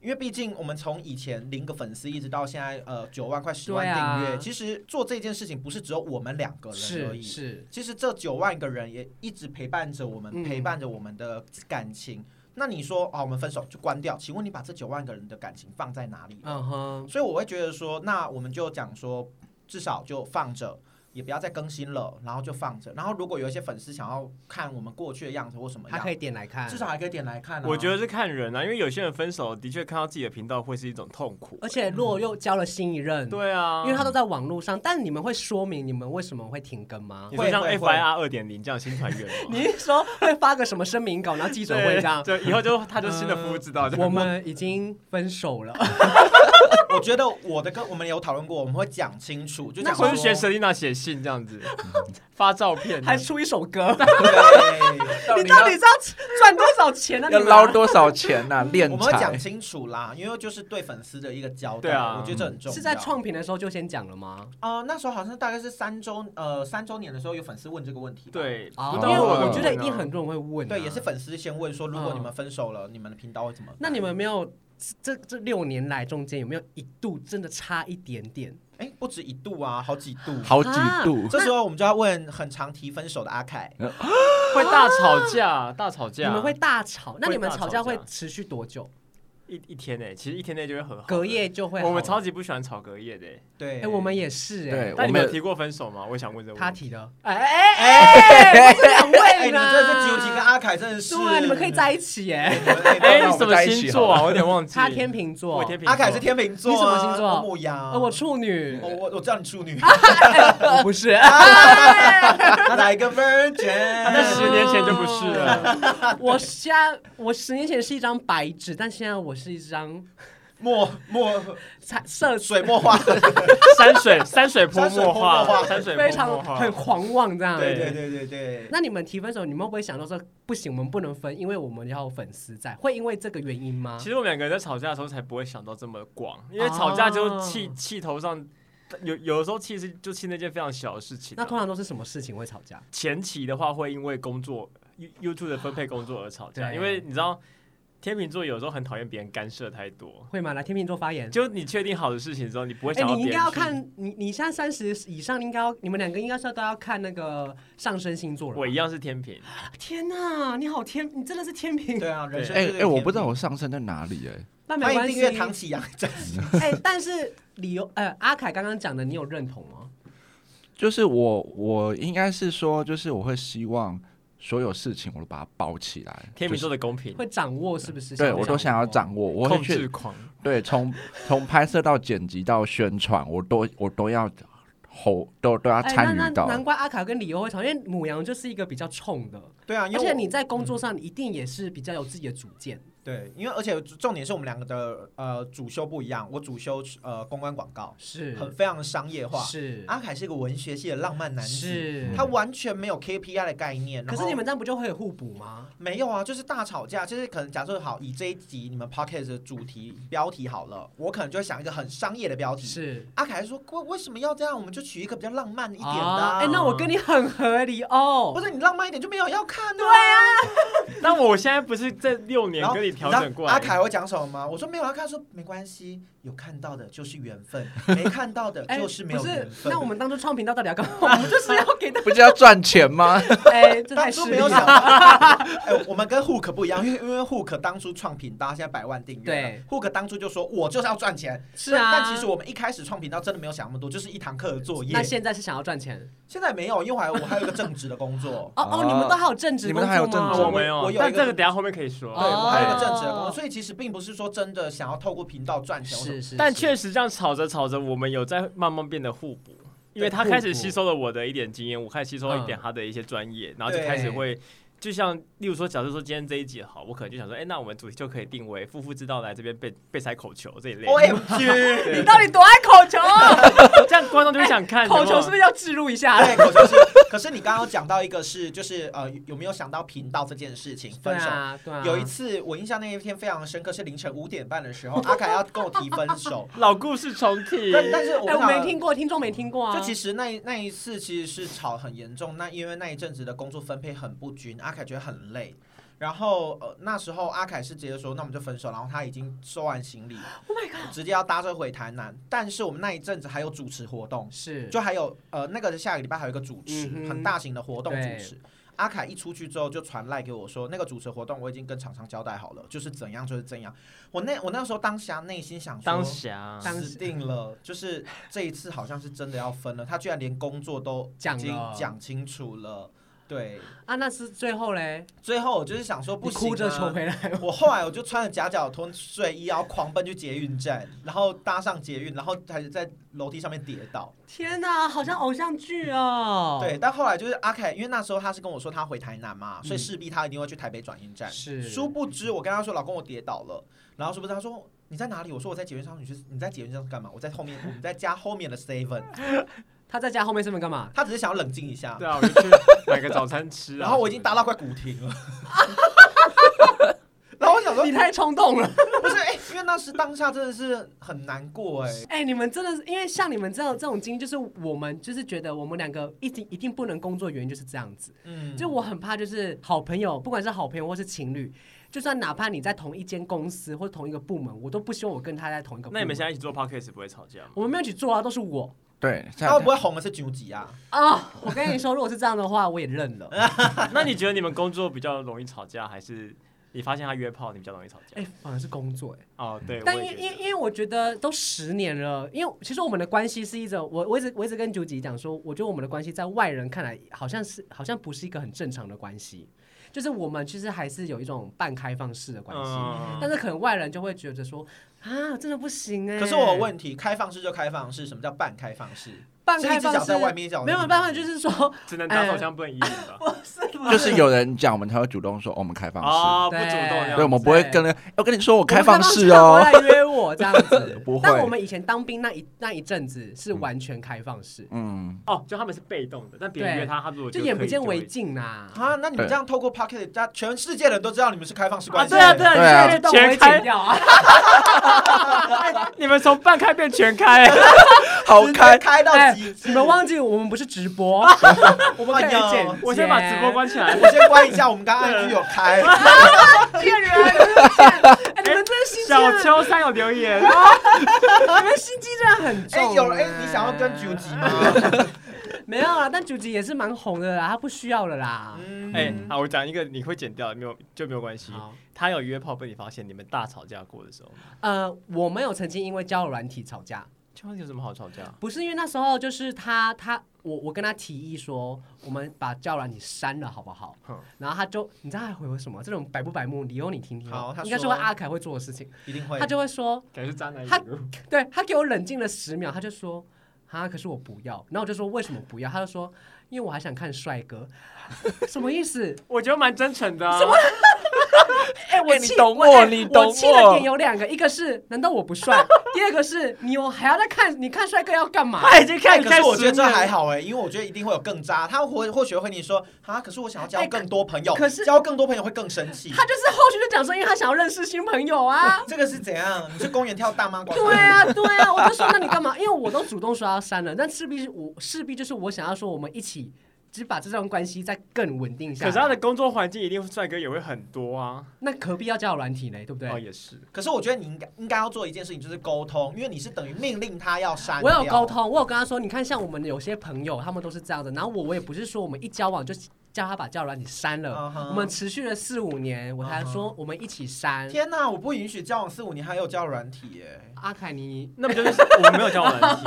S4: 因为毕竟我们从以前零个粉丝一直到现在呃九万快十万
S1: 对啊
S4: 订阅，其实做这件事情不是只有我们两个人
S1: 哦
S4: 而
S1: 是
S4: 已。
S1: 是
S4: 其实这九万个人也一直陪伴着我们，
S1: 嗯
S4: 陪伴着我们的感情。那你说啊，我们分手就关掉？请问你把这九万个人的感情放在哪里了？
S1: 嗯哼，
S4: 所以我会觉得说，那我们就讲说，至少就放着，也不要再更新了，然后就放着。然后如果有一些粉丝想要看我们过去的样子或什么
S1: 他可
S4: 样，
S1: 以点来看，
S4: 至少还可以点来看、啊。
S3: 我觉得是看人啊，因为有些人分手的确看到自己的频道会是一种痛苦。
S1: 而
S2: 嗯
S1: 且如果又交了新一任，
S3: 对啊，
S1: 因为他都在网络上，但你们会说明你们为什么会停更吗
S3: 你？说像
S4: 会
S3: F
S4: 会
S3: I R 二点零这样新团员吗，
S1: 你是说会发个什么声明稿，然后记者会这样？ 呃
S3: 对，就以后就他就新的服务知道。
S1: 我们已经分手了，
S4: 我觉得我的跟我们有讨论过，我们会讲清楚，就讲
S3: 或是学
S4: 说
S3: 舍丽娜写信这样子，发照片，
S1: 还出一首歌，
S4: 对，
S1: 你到底是要赚多少钱呢、啊？
S2: 要
S1: 你们
S2: 捞多少钱 呐？练
S4: 我们会讲
S2: 财。
S4: 清楚啦，因为就是对粉丝的一个交代，
S3: 对啊
S4: 我觉得这很重要。
S1: 是在创品的时候就先讲了吗？
S4: 啊、那时候好像大概是三周呃三周年的时候，有粉丝问这个问题，，
S3: 对，
S1: 啊，
S3: 不
S1: 因
S3: 到
S1: 为
S3: 二
S1: 我
S3: 点
S1: 我觉得一定
S3: 啊
S1: 很多人会问、
S4: 对，也是。粉丝先问说，如果你们分手了，你们的频道会怎么办？
S1: 嗯那你们没有这这六年来中间有没有一度真的差一点点？
S4: 哎、不止一度啊，好几度。
S2: 好几度，
S4: 这时候我们就要问很常提分手的阿凯，
S3: 会大吵架，大吵
S1: 你
S3: 架，
S1: 们会大吵？那你们吵架
S3: 会
S1: 会
S3: 大吵架
S1: 持续多久？
S3: 一一天呢？其实一天内就会和好。
S1: 隔夜就会好
S3: 我们超级不喜欢吵隔夜的欸。
S4: 对，
S1: 哎、我们也是哎、
S2: 对，我
S3: 那你们有
S2: 们
S3: 提过分手吗？我想问这个
S1: 他
S3: 问题。
S1: 提的，哎哎哎，不是两
S4: 哎、
S1: 位
S4: 你
S1: 呢？
S4: 们这是九题跟阿凯真的是，
S1: 对啊，你们可以在一起耶。
S4: 你们可
S3: 哎，
S4: 以在
S3: 你
S2: 那我
S3: 什
S2: 们
S3: 么
S2: 在一
S3: 星
S2: 起
S3: 座
S2: 好
S3: 啊？
S2: 了
S3: 我有点忘记。
S1: 他天秤座，
S3: 我也天秤座，
S4: 阿凯是天秤座啊，
S1: 你什么星座
S4: 我母羊，哦
S1: 呃，我处女，
S3: 哦
S4: 我我我叫 你处女，
S1: 我不是，
S4: 他来个
S3: 他在
S4: virgin，
S3: 啊十年前就不是了。
S1: 我现在我十年前是一张白纸，但现在我是一张
S4: 墨墨
S1: 才涉
S4: 水 墨画，
S3: 山水山水泼墨
S4: 山水泼墨画
S3: 画，山水泼
S1: 非
S3: 墨
S1: 常
S3: 画，
S1: 很狂妄这样。
S4: 对
S3: 对
S4: 对对对对。
S1: 那你们提分手，你们会不会想到说不行，我们不能分，因为我们要有粉丝在，会因为这个原因吗
S3: 其？实我们两个人在吵架的时候才不会想到这么广，因为吵架就
S1: 哦
S3: 气气头上，有有的时候气是就气那件非常小的事情啊、
S1: 那通常都是什么事情会吵架？
S3: 前期的话会因为工作 You- YouTube 的分配工作而吵架，
S1: 对
S3: 因为你知道天秤座有时候很讨厌别人干涉太多。
S1: 会吗？来天秤座发言。
S3: 就你确定好的事情之后，你不会
S1: 哎、
S3: 想要
S1: 你
S3: 别
S1: 应
S3: 人
S1: 该要
S3: 去
S1: 看你，你现在三十以上，应该要你们两个应该是都要看那个上升星座了吧。
S3: 我一样是天平，
S1: 天哪，你好天，你真的是天平。
S4: 对啊，人生
S2: 哎
S4: 就是
S2: 哎，
S4: 有
S2: 我
S4: 甜
S2: 不知道
S4: 蜜
S2: 我上升在哪里哎。
S1: 那没
S4: 欢
S1: 关
S4: 迎
S1: 系
S4: 订。阅唐启阳战士。
S1: 哎、但是理由，呃，阿凯刚刚讲的，你有认同吗？
S2: 就是我我应该是说，就是我会希望所有事情我都把它包起来。
S3: 天
S2: 就
S3: 秤
S2: 是
S3: 座的公平，
S1: 会掌握是不是？
S2: 对我都想要
S1: 掌
S2: 掌握，我会
S3: 控
S2: 去
S3: 制狂，
S2: 对，从从拍摄到剪辑到宣传，我都我都要吼，都都要
S1: 握。哎、
S2: 参
S1: 那
S2: 与
S1: 那
S2: 到。
S1: 难怪阿凯跟理由会吵，因为母羊就是一个比较冲的，
S4: 对啊，因
S1: 而
S4: 为
S1: 且
S4: 我
S1: 你在
S2: 嗯
S1: 工作上一定也是比较有自己的主见。
S4: 对，因为而且重点是我们两个的呃主修不一样，我主修呃公关广告，
S1: 是
S4: 很非常商业化。
S1: 是
S4: 阿凯是一个文学系的浪漫男子，嗯
S1: 是
S4: 他完全没有 KPI 的概念。
S1: 可
S4: 然
S1: 是
S4: 后
S1: 你们这样不就会有互补吗？
S4: 没有啊，就是大吵架，就是可能假设好以这一集你们 podcast 的主题标题好了，我可能就会想一个很商业的标题。
S1: 是
S4: 阿凯说为为什么要这样？我们就取一个比较浪漫一
S1: 一
S4: 点的啊、
S1: 哎、那我跟你很合理哦
S4: 不。是你浪漫一点就没有人要看对啊。
S3: 但我现在不是这六年
S4: 然后
S3: 跟你调
S4: 知道
S3: 整过来，
S4: 阿凯会讲什么吗？我说没有，阿凯说没关系，有看到的就是 缘分，没看到的
S1: 哎
S4: 就是没
S1: 不
S4: 有
S1: 是
S4: 缘，分。
S1: 那我们当初创频道到底要 干嘛？我们就是要给大
S2: 不是要赚钱吗？
S1: 哎、 这
S4: 当
S1: 太
S4: 初
S1: 失
S4: 没
S1: 礼
S4: 有想
S1: 了。
S4: 到， 哎、我们跟 Hook 不一样，因为因为 Hook 当初创频道，现在百万订阅了。
S1: 对
S4: Hook 当初就说我就是要赚钱，
S1: 是啊，
S4: 但但其实我们一开始创频道真的没有想那么多，就是一堂课的作业
S1: 那。现在是想要赚钱，
S4: 现在没有，因为我还我还有一个正职的工作
S1: 哦哦，你们都还有正职
S2: 你
S1: 工
S2: 们
S1: 作
S2: 都
S1: 吗？
S2: 还有
S3: 啊
S2: 正职
S3: 我没有
S4: 我，有一
S3: 但
S4: 个
S3: 这个等一下后面可以说。
S4: 对我还有一个
S1: 哦
S4: 正职的工作，所以其实并不是说真的想要透过频道赚钱或什么。
S1: 是是，
S3: 但
S1: 是
S3: 确实这样吵着吵着，我们有在慢慢变得互补，因为他开始吸收了我的一点经验，我开始吸收
S1: 嗯
S3: 一点他的一些专业，然后就开始会。就像，例如说，假设说今天这一集好，我可能就想说，哎、那我们主题就可以定为“夫妇之道”来这边被被塞口球这一类。
S4: O M G，
S3: 对
S1: 你到底多爱口 球啊？
S3: 这样观众就会想看。
S1: 哎口球是不
S3: 是？
S1: 是要置入一下？
S4: 对，可是可是你刚刚讲到一个是，就是呃，有没有想到频道这件事情
S1: 对
S4: 分手？
S1: 啊，对啊。
S4: 有一次我印象那一天非常深刻，是凌晨五点半的时候，阿凯要跟我提分手，
S3: 老故事重提。
S4: 但但是我
S1: 哎，我
S4: 不晓
S1: 没
S4: 得。
S1: 听过，听众没听过啊。
S4: 就其实那一那一次其实是吵很严重，那因为那一阵子的工作分配很不均，阿凯觉得很累。然后呃那时候阿凯是直接说那我们就分手，然后他已经收完行李，
S1: ，Oh my god，
S4: 直接要搭车回台南。但是我们那一阵子还有主持活动，
S1: 是
S4: 就还有呃那个下个礼拜还有一个主持、
S1: 嗯哼
S4: 很大型的活动主
S1: 对
S4: 持。阿凯一出去之后就传赖给我说，那个主持活动我已经跟厂商交代好了，就是怎样就是怎样。我那我那时候当下内心想说，
S3: 当侠，
S1: 当
S4: 死定了，就是这一次好像是真的要分了，他居然连工作都已
S1: 讲
S4: 经
S1: 了
S4: 讲清楚了。对，
S1: 啊，那是最后嘞，
S4: 最后我就是想说不
S1: 你
S4: 行、啊，
S1: 哭着求回来。
S4: 我后来我就穿着夹脚拖睡衣，然后狂奔去捷运站，然后搭上捷运，然后还是在楼梯上面跌倒。
S1: 天哪，好像偶像剧哦。
S4: 对，，但后来就是阿凯，因为那时候他是跟我说他回台南嘛，
S1: 嗯
S4: 所以势必他一定会去台北转运站。
S1: 是
S4: 殊不知我跟他说老公我跌倒了，然后殊不知他说你在哪里？我说我在捷运上，你去你在捷运上干嘛？我在后面，我们在家后面的 seven。
S1: 他在家后面是没干嘛？
S4: 他只是想要冷静一下。
S3: 对啊，我就去买个早餐吃啊。
S4: 然后我已经搭到快古亭 了，然后我想说
S1: 你，太冲动了。
S4: 不是哎、因为那时当下真的是很难过哎、
S1: 哎，你们真的是，因为像你们这种这种经历，就是我们就是觉得我们两个一定一定不能工作，原因就是这样子。
S4: 嗯，
S1: 就我很怕，就是好朋友，不管是好朋友或是情侣，就算哪怕你在同一间公司或同一个部门，我都不希望我跟他在同一个部门。
S3: 那你们现在一起做 podcast 不会吵架 吗？
S1: 我们没有一起做啊，都是我
S2: 对，这
S4: 他会
S2: 样
S4: 哦不会红的是九级啊？
S1: 啊、我跟你说，如果是这样的话，我也认了。
S3: 那你觉得你们工作比较容易吵架，还是你发现他约炮你比较容易吵架？
S1: 哎、反而是工作哎、
S3: 哦，对，
S1: 但
S3: 我
S1: 因
S3: 也觉得
S1: 因因为我觉得都十年了，因为其实我们的关系是一种，我我一直我一直跟九吉讲说，我觉得我们的关系在外人看来好像是好像不是一个很正常的关系，就是我们其实还是有一种半开放式的关系。
S3: 嗯
S1: 但是可能外人就会觉得说，啊，真的不行哎、
S4: 可是我有问题，开放式就开放式，什么叫半开放式？
S1: 半
S4: 是
S1: 开
S4: 一只
S1: 放
S4: 脚
S1: 式
S4: 在外面，一只脚
S1: 没有办法，就是 说
S3: 只能打手枪，不能移民吧？
S2: 就是有人讲，我们才会主动说、哦我们
S4: 哎
S2: 开放式，
S3: 啊，不主动
S1: 对
S3: 这
S2: 对，我
S3: 样
S2: 们不会跟人。哎我跟你说，我开放式
S1: 我
S2: 哦。
S1: 们开放式他不会。来约我这样子
S2: 不会
S1: 但我们以前当兵那一那一阵子是完全开放式，
S2: 嗯，
S3: 哦，就他们是被动的，但别人
S1: 对
S3: 约他，他如果
S1: 就
S3: 觉得
S1: 眼
S3: 可
S1: 不
S3: 以
S1: 见
S3: 就
S1: 为
S3: 会
S1: 净呐。
S4: 啊，那你们这样透过 Pocket，家全世界人都知道你们是开放式关
S1: 啊，
S4: 系。
S1: 对啊，对啊，
S2: 对啊
S1: 你这个动我会剪掉啊。
S3: 你们从半开变全 开，
S2: 好
S4: 直接
S2: 开，
S4: 开到
S1: 哎
S4: 极致。
S1: 你们忘记我们不是直 播，我们可以
S4: 哎呦
S1: 剪接。
S3: 我先把直播关起来。
S4: 我先关一下，我们刚刚 IG 有开，
S1: 骗人！哎，你们真的心机
S3: 小
S1: 很，
S3: 秋三有留言，
S1: 你们心机真的很重
S4: 哎、
S1: 欸。
S4: 有了，哎、你想要跟九级吗？
S1: 没有啊，但九级也是蛮红的啦，他不需要了啦。
S4: 嗯，
S3: 哎，好，我讲一个你会剪掉，没有就没有关系。
S1: 好，
S3: 他有约炮被你发现，你们大吵架过的时候，
S1: 呃，我们有曾经因为交友软体吵架，
S3: 交友有什么好吵架？
S1: 不是因为那时候就是他他我我跟他提议说，我们把交友软体删了好不好
S3: 哼？
S1: 然后他就你知道他回我什么？这种白不白目，理由你听听。
S4: 好他
S1: 应该是
S4: 说
S1: 会阿凯会做的事情，
S4: 一定会。
S1: 他就会说，
S3: 感觉是渣男语
S1: 他
S3: 录。
S1: 对他给我冷静了十秒，他就说：“啊，可是我不要。”然后我就说：“为什么不要？”他就说：“因为我还想看帅哥。”什么意 思？
S3: 我觉得蛮真诚 的啊。
S1: 哎、我
S2: 哎你
S1: 气、
S2: 懂
S1: 我，
S2: 我
S1: 哎
S2: 你
S1: 我
S2: 懂
S1: 气的
S2: 我
S1: 点有两个，一个是难道我不帅？第二个是你我还要再看，你看帅哥要干嘛？
S3: 他已经看
S4: 哎，
S3: 你
S4: 可是
S3: 看
S4: 我觉得
S3: 十
S4: 这
S3: 年
S4: 还好哎、因为我觉得一定会有更渣。他或或许会跟你说啊，可是我想要交
S1: 哎可
S4: 更多朋友，
S1: 可是
S4: 交更多朋友会更生气。。
S1: 他就是后续就讲说，因为他想要认识新朋友啊
S4: 这个是怎样？你去公园跳大妈广场舞？
S1: 对啊，对啊，我就说那你干嘛？因为我都主动说要删了，但势必是我势必就是我想要说我们一起，只把这段关系再更稳定下来。
S3: 可是他的工作环境一定帅哥也会很多啊。
S1: 那何必要交友软体呢？对不对？
S3: 哦，也是。
S4: 可是我觉得你应该应该要做一件事情，就是沟通，因为你是等于命令他要删
S1: 啊我
S4: 掉。
S1: 有沟通，我有跟他说，你看，像我们有些朋友，他们都是这样的。然后我我也不是说我们一交往就叫他把交友软体删
S3: 哦
S1: 了
S4: 嗯哼
S1: 我们持续了四五年，我才
S4: 嗯
S1: 说我们一起删。
S4: 天哪，我不允许交往四五年还有交友软体耶、
S1: 阿凯尼，
S3: 那不就是我们没有交友软 体，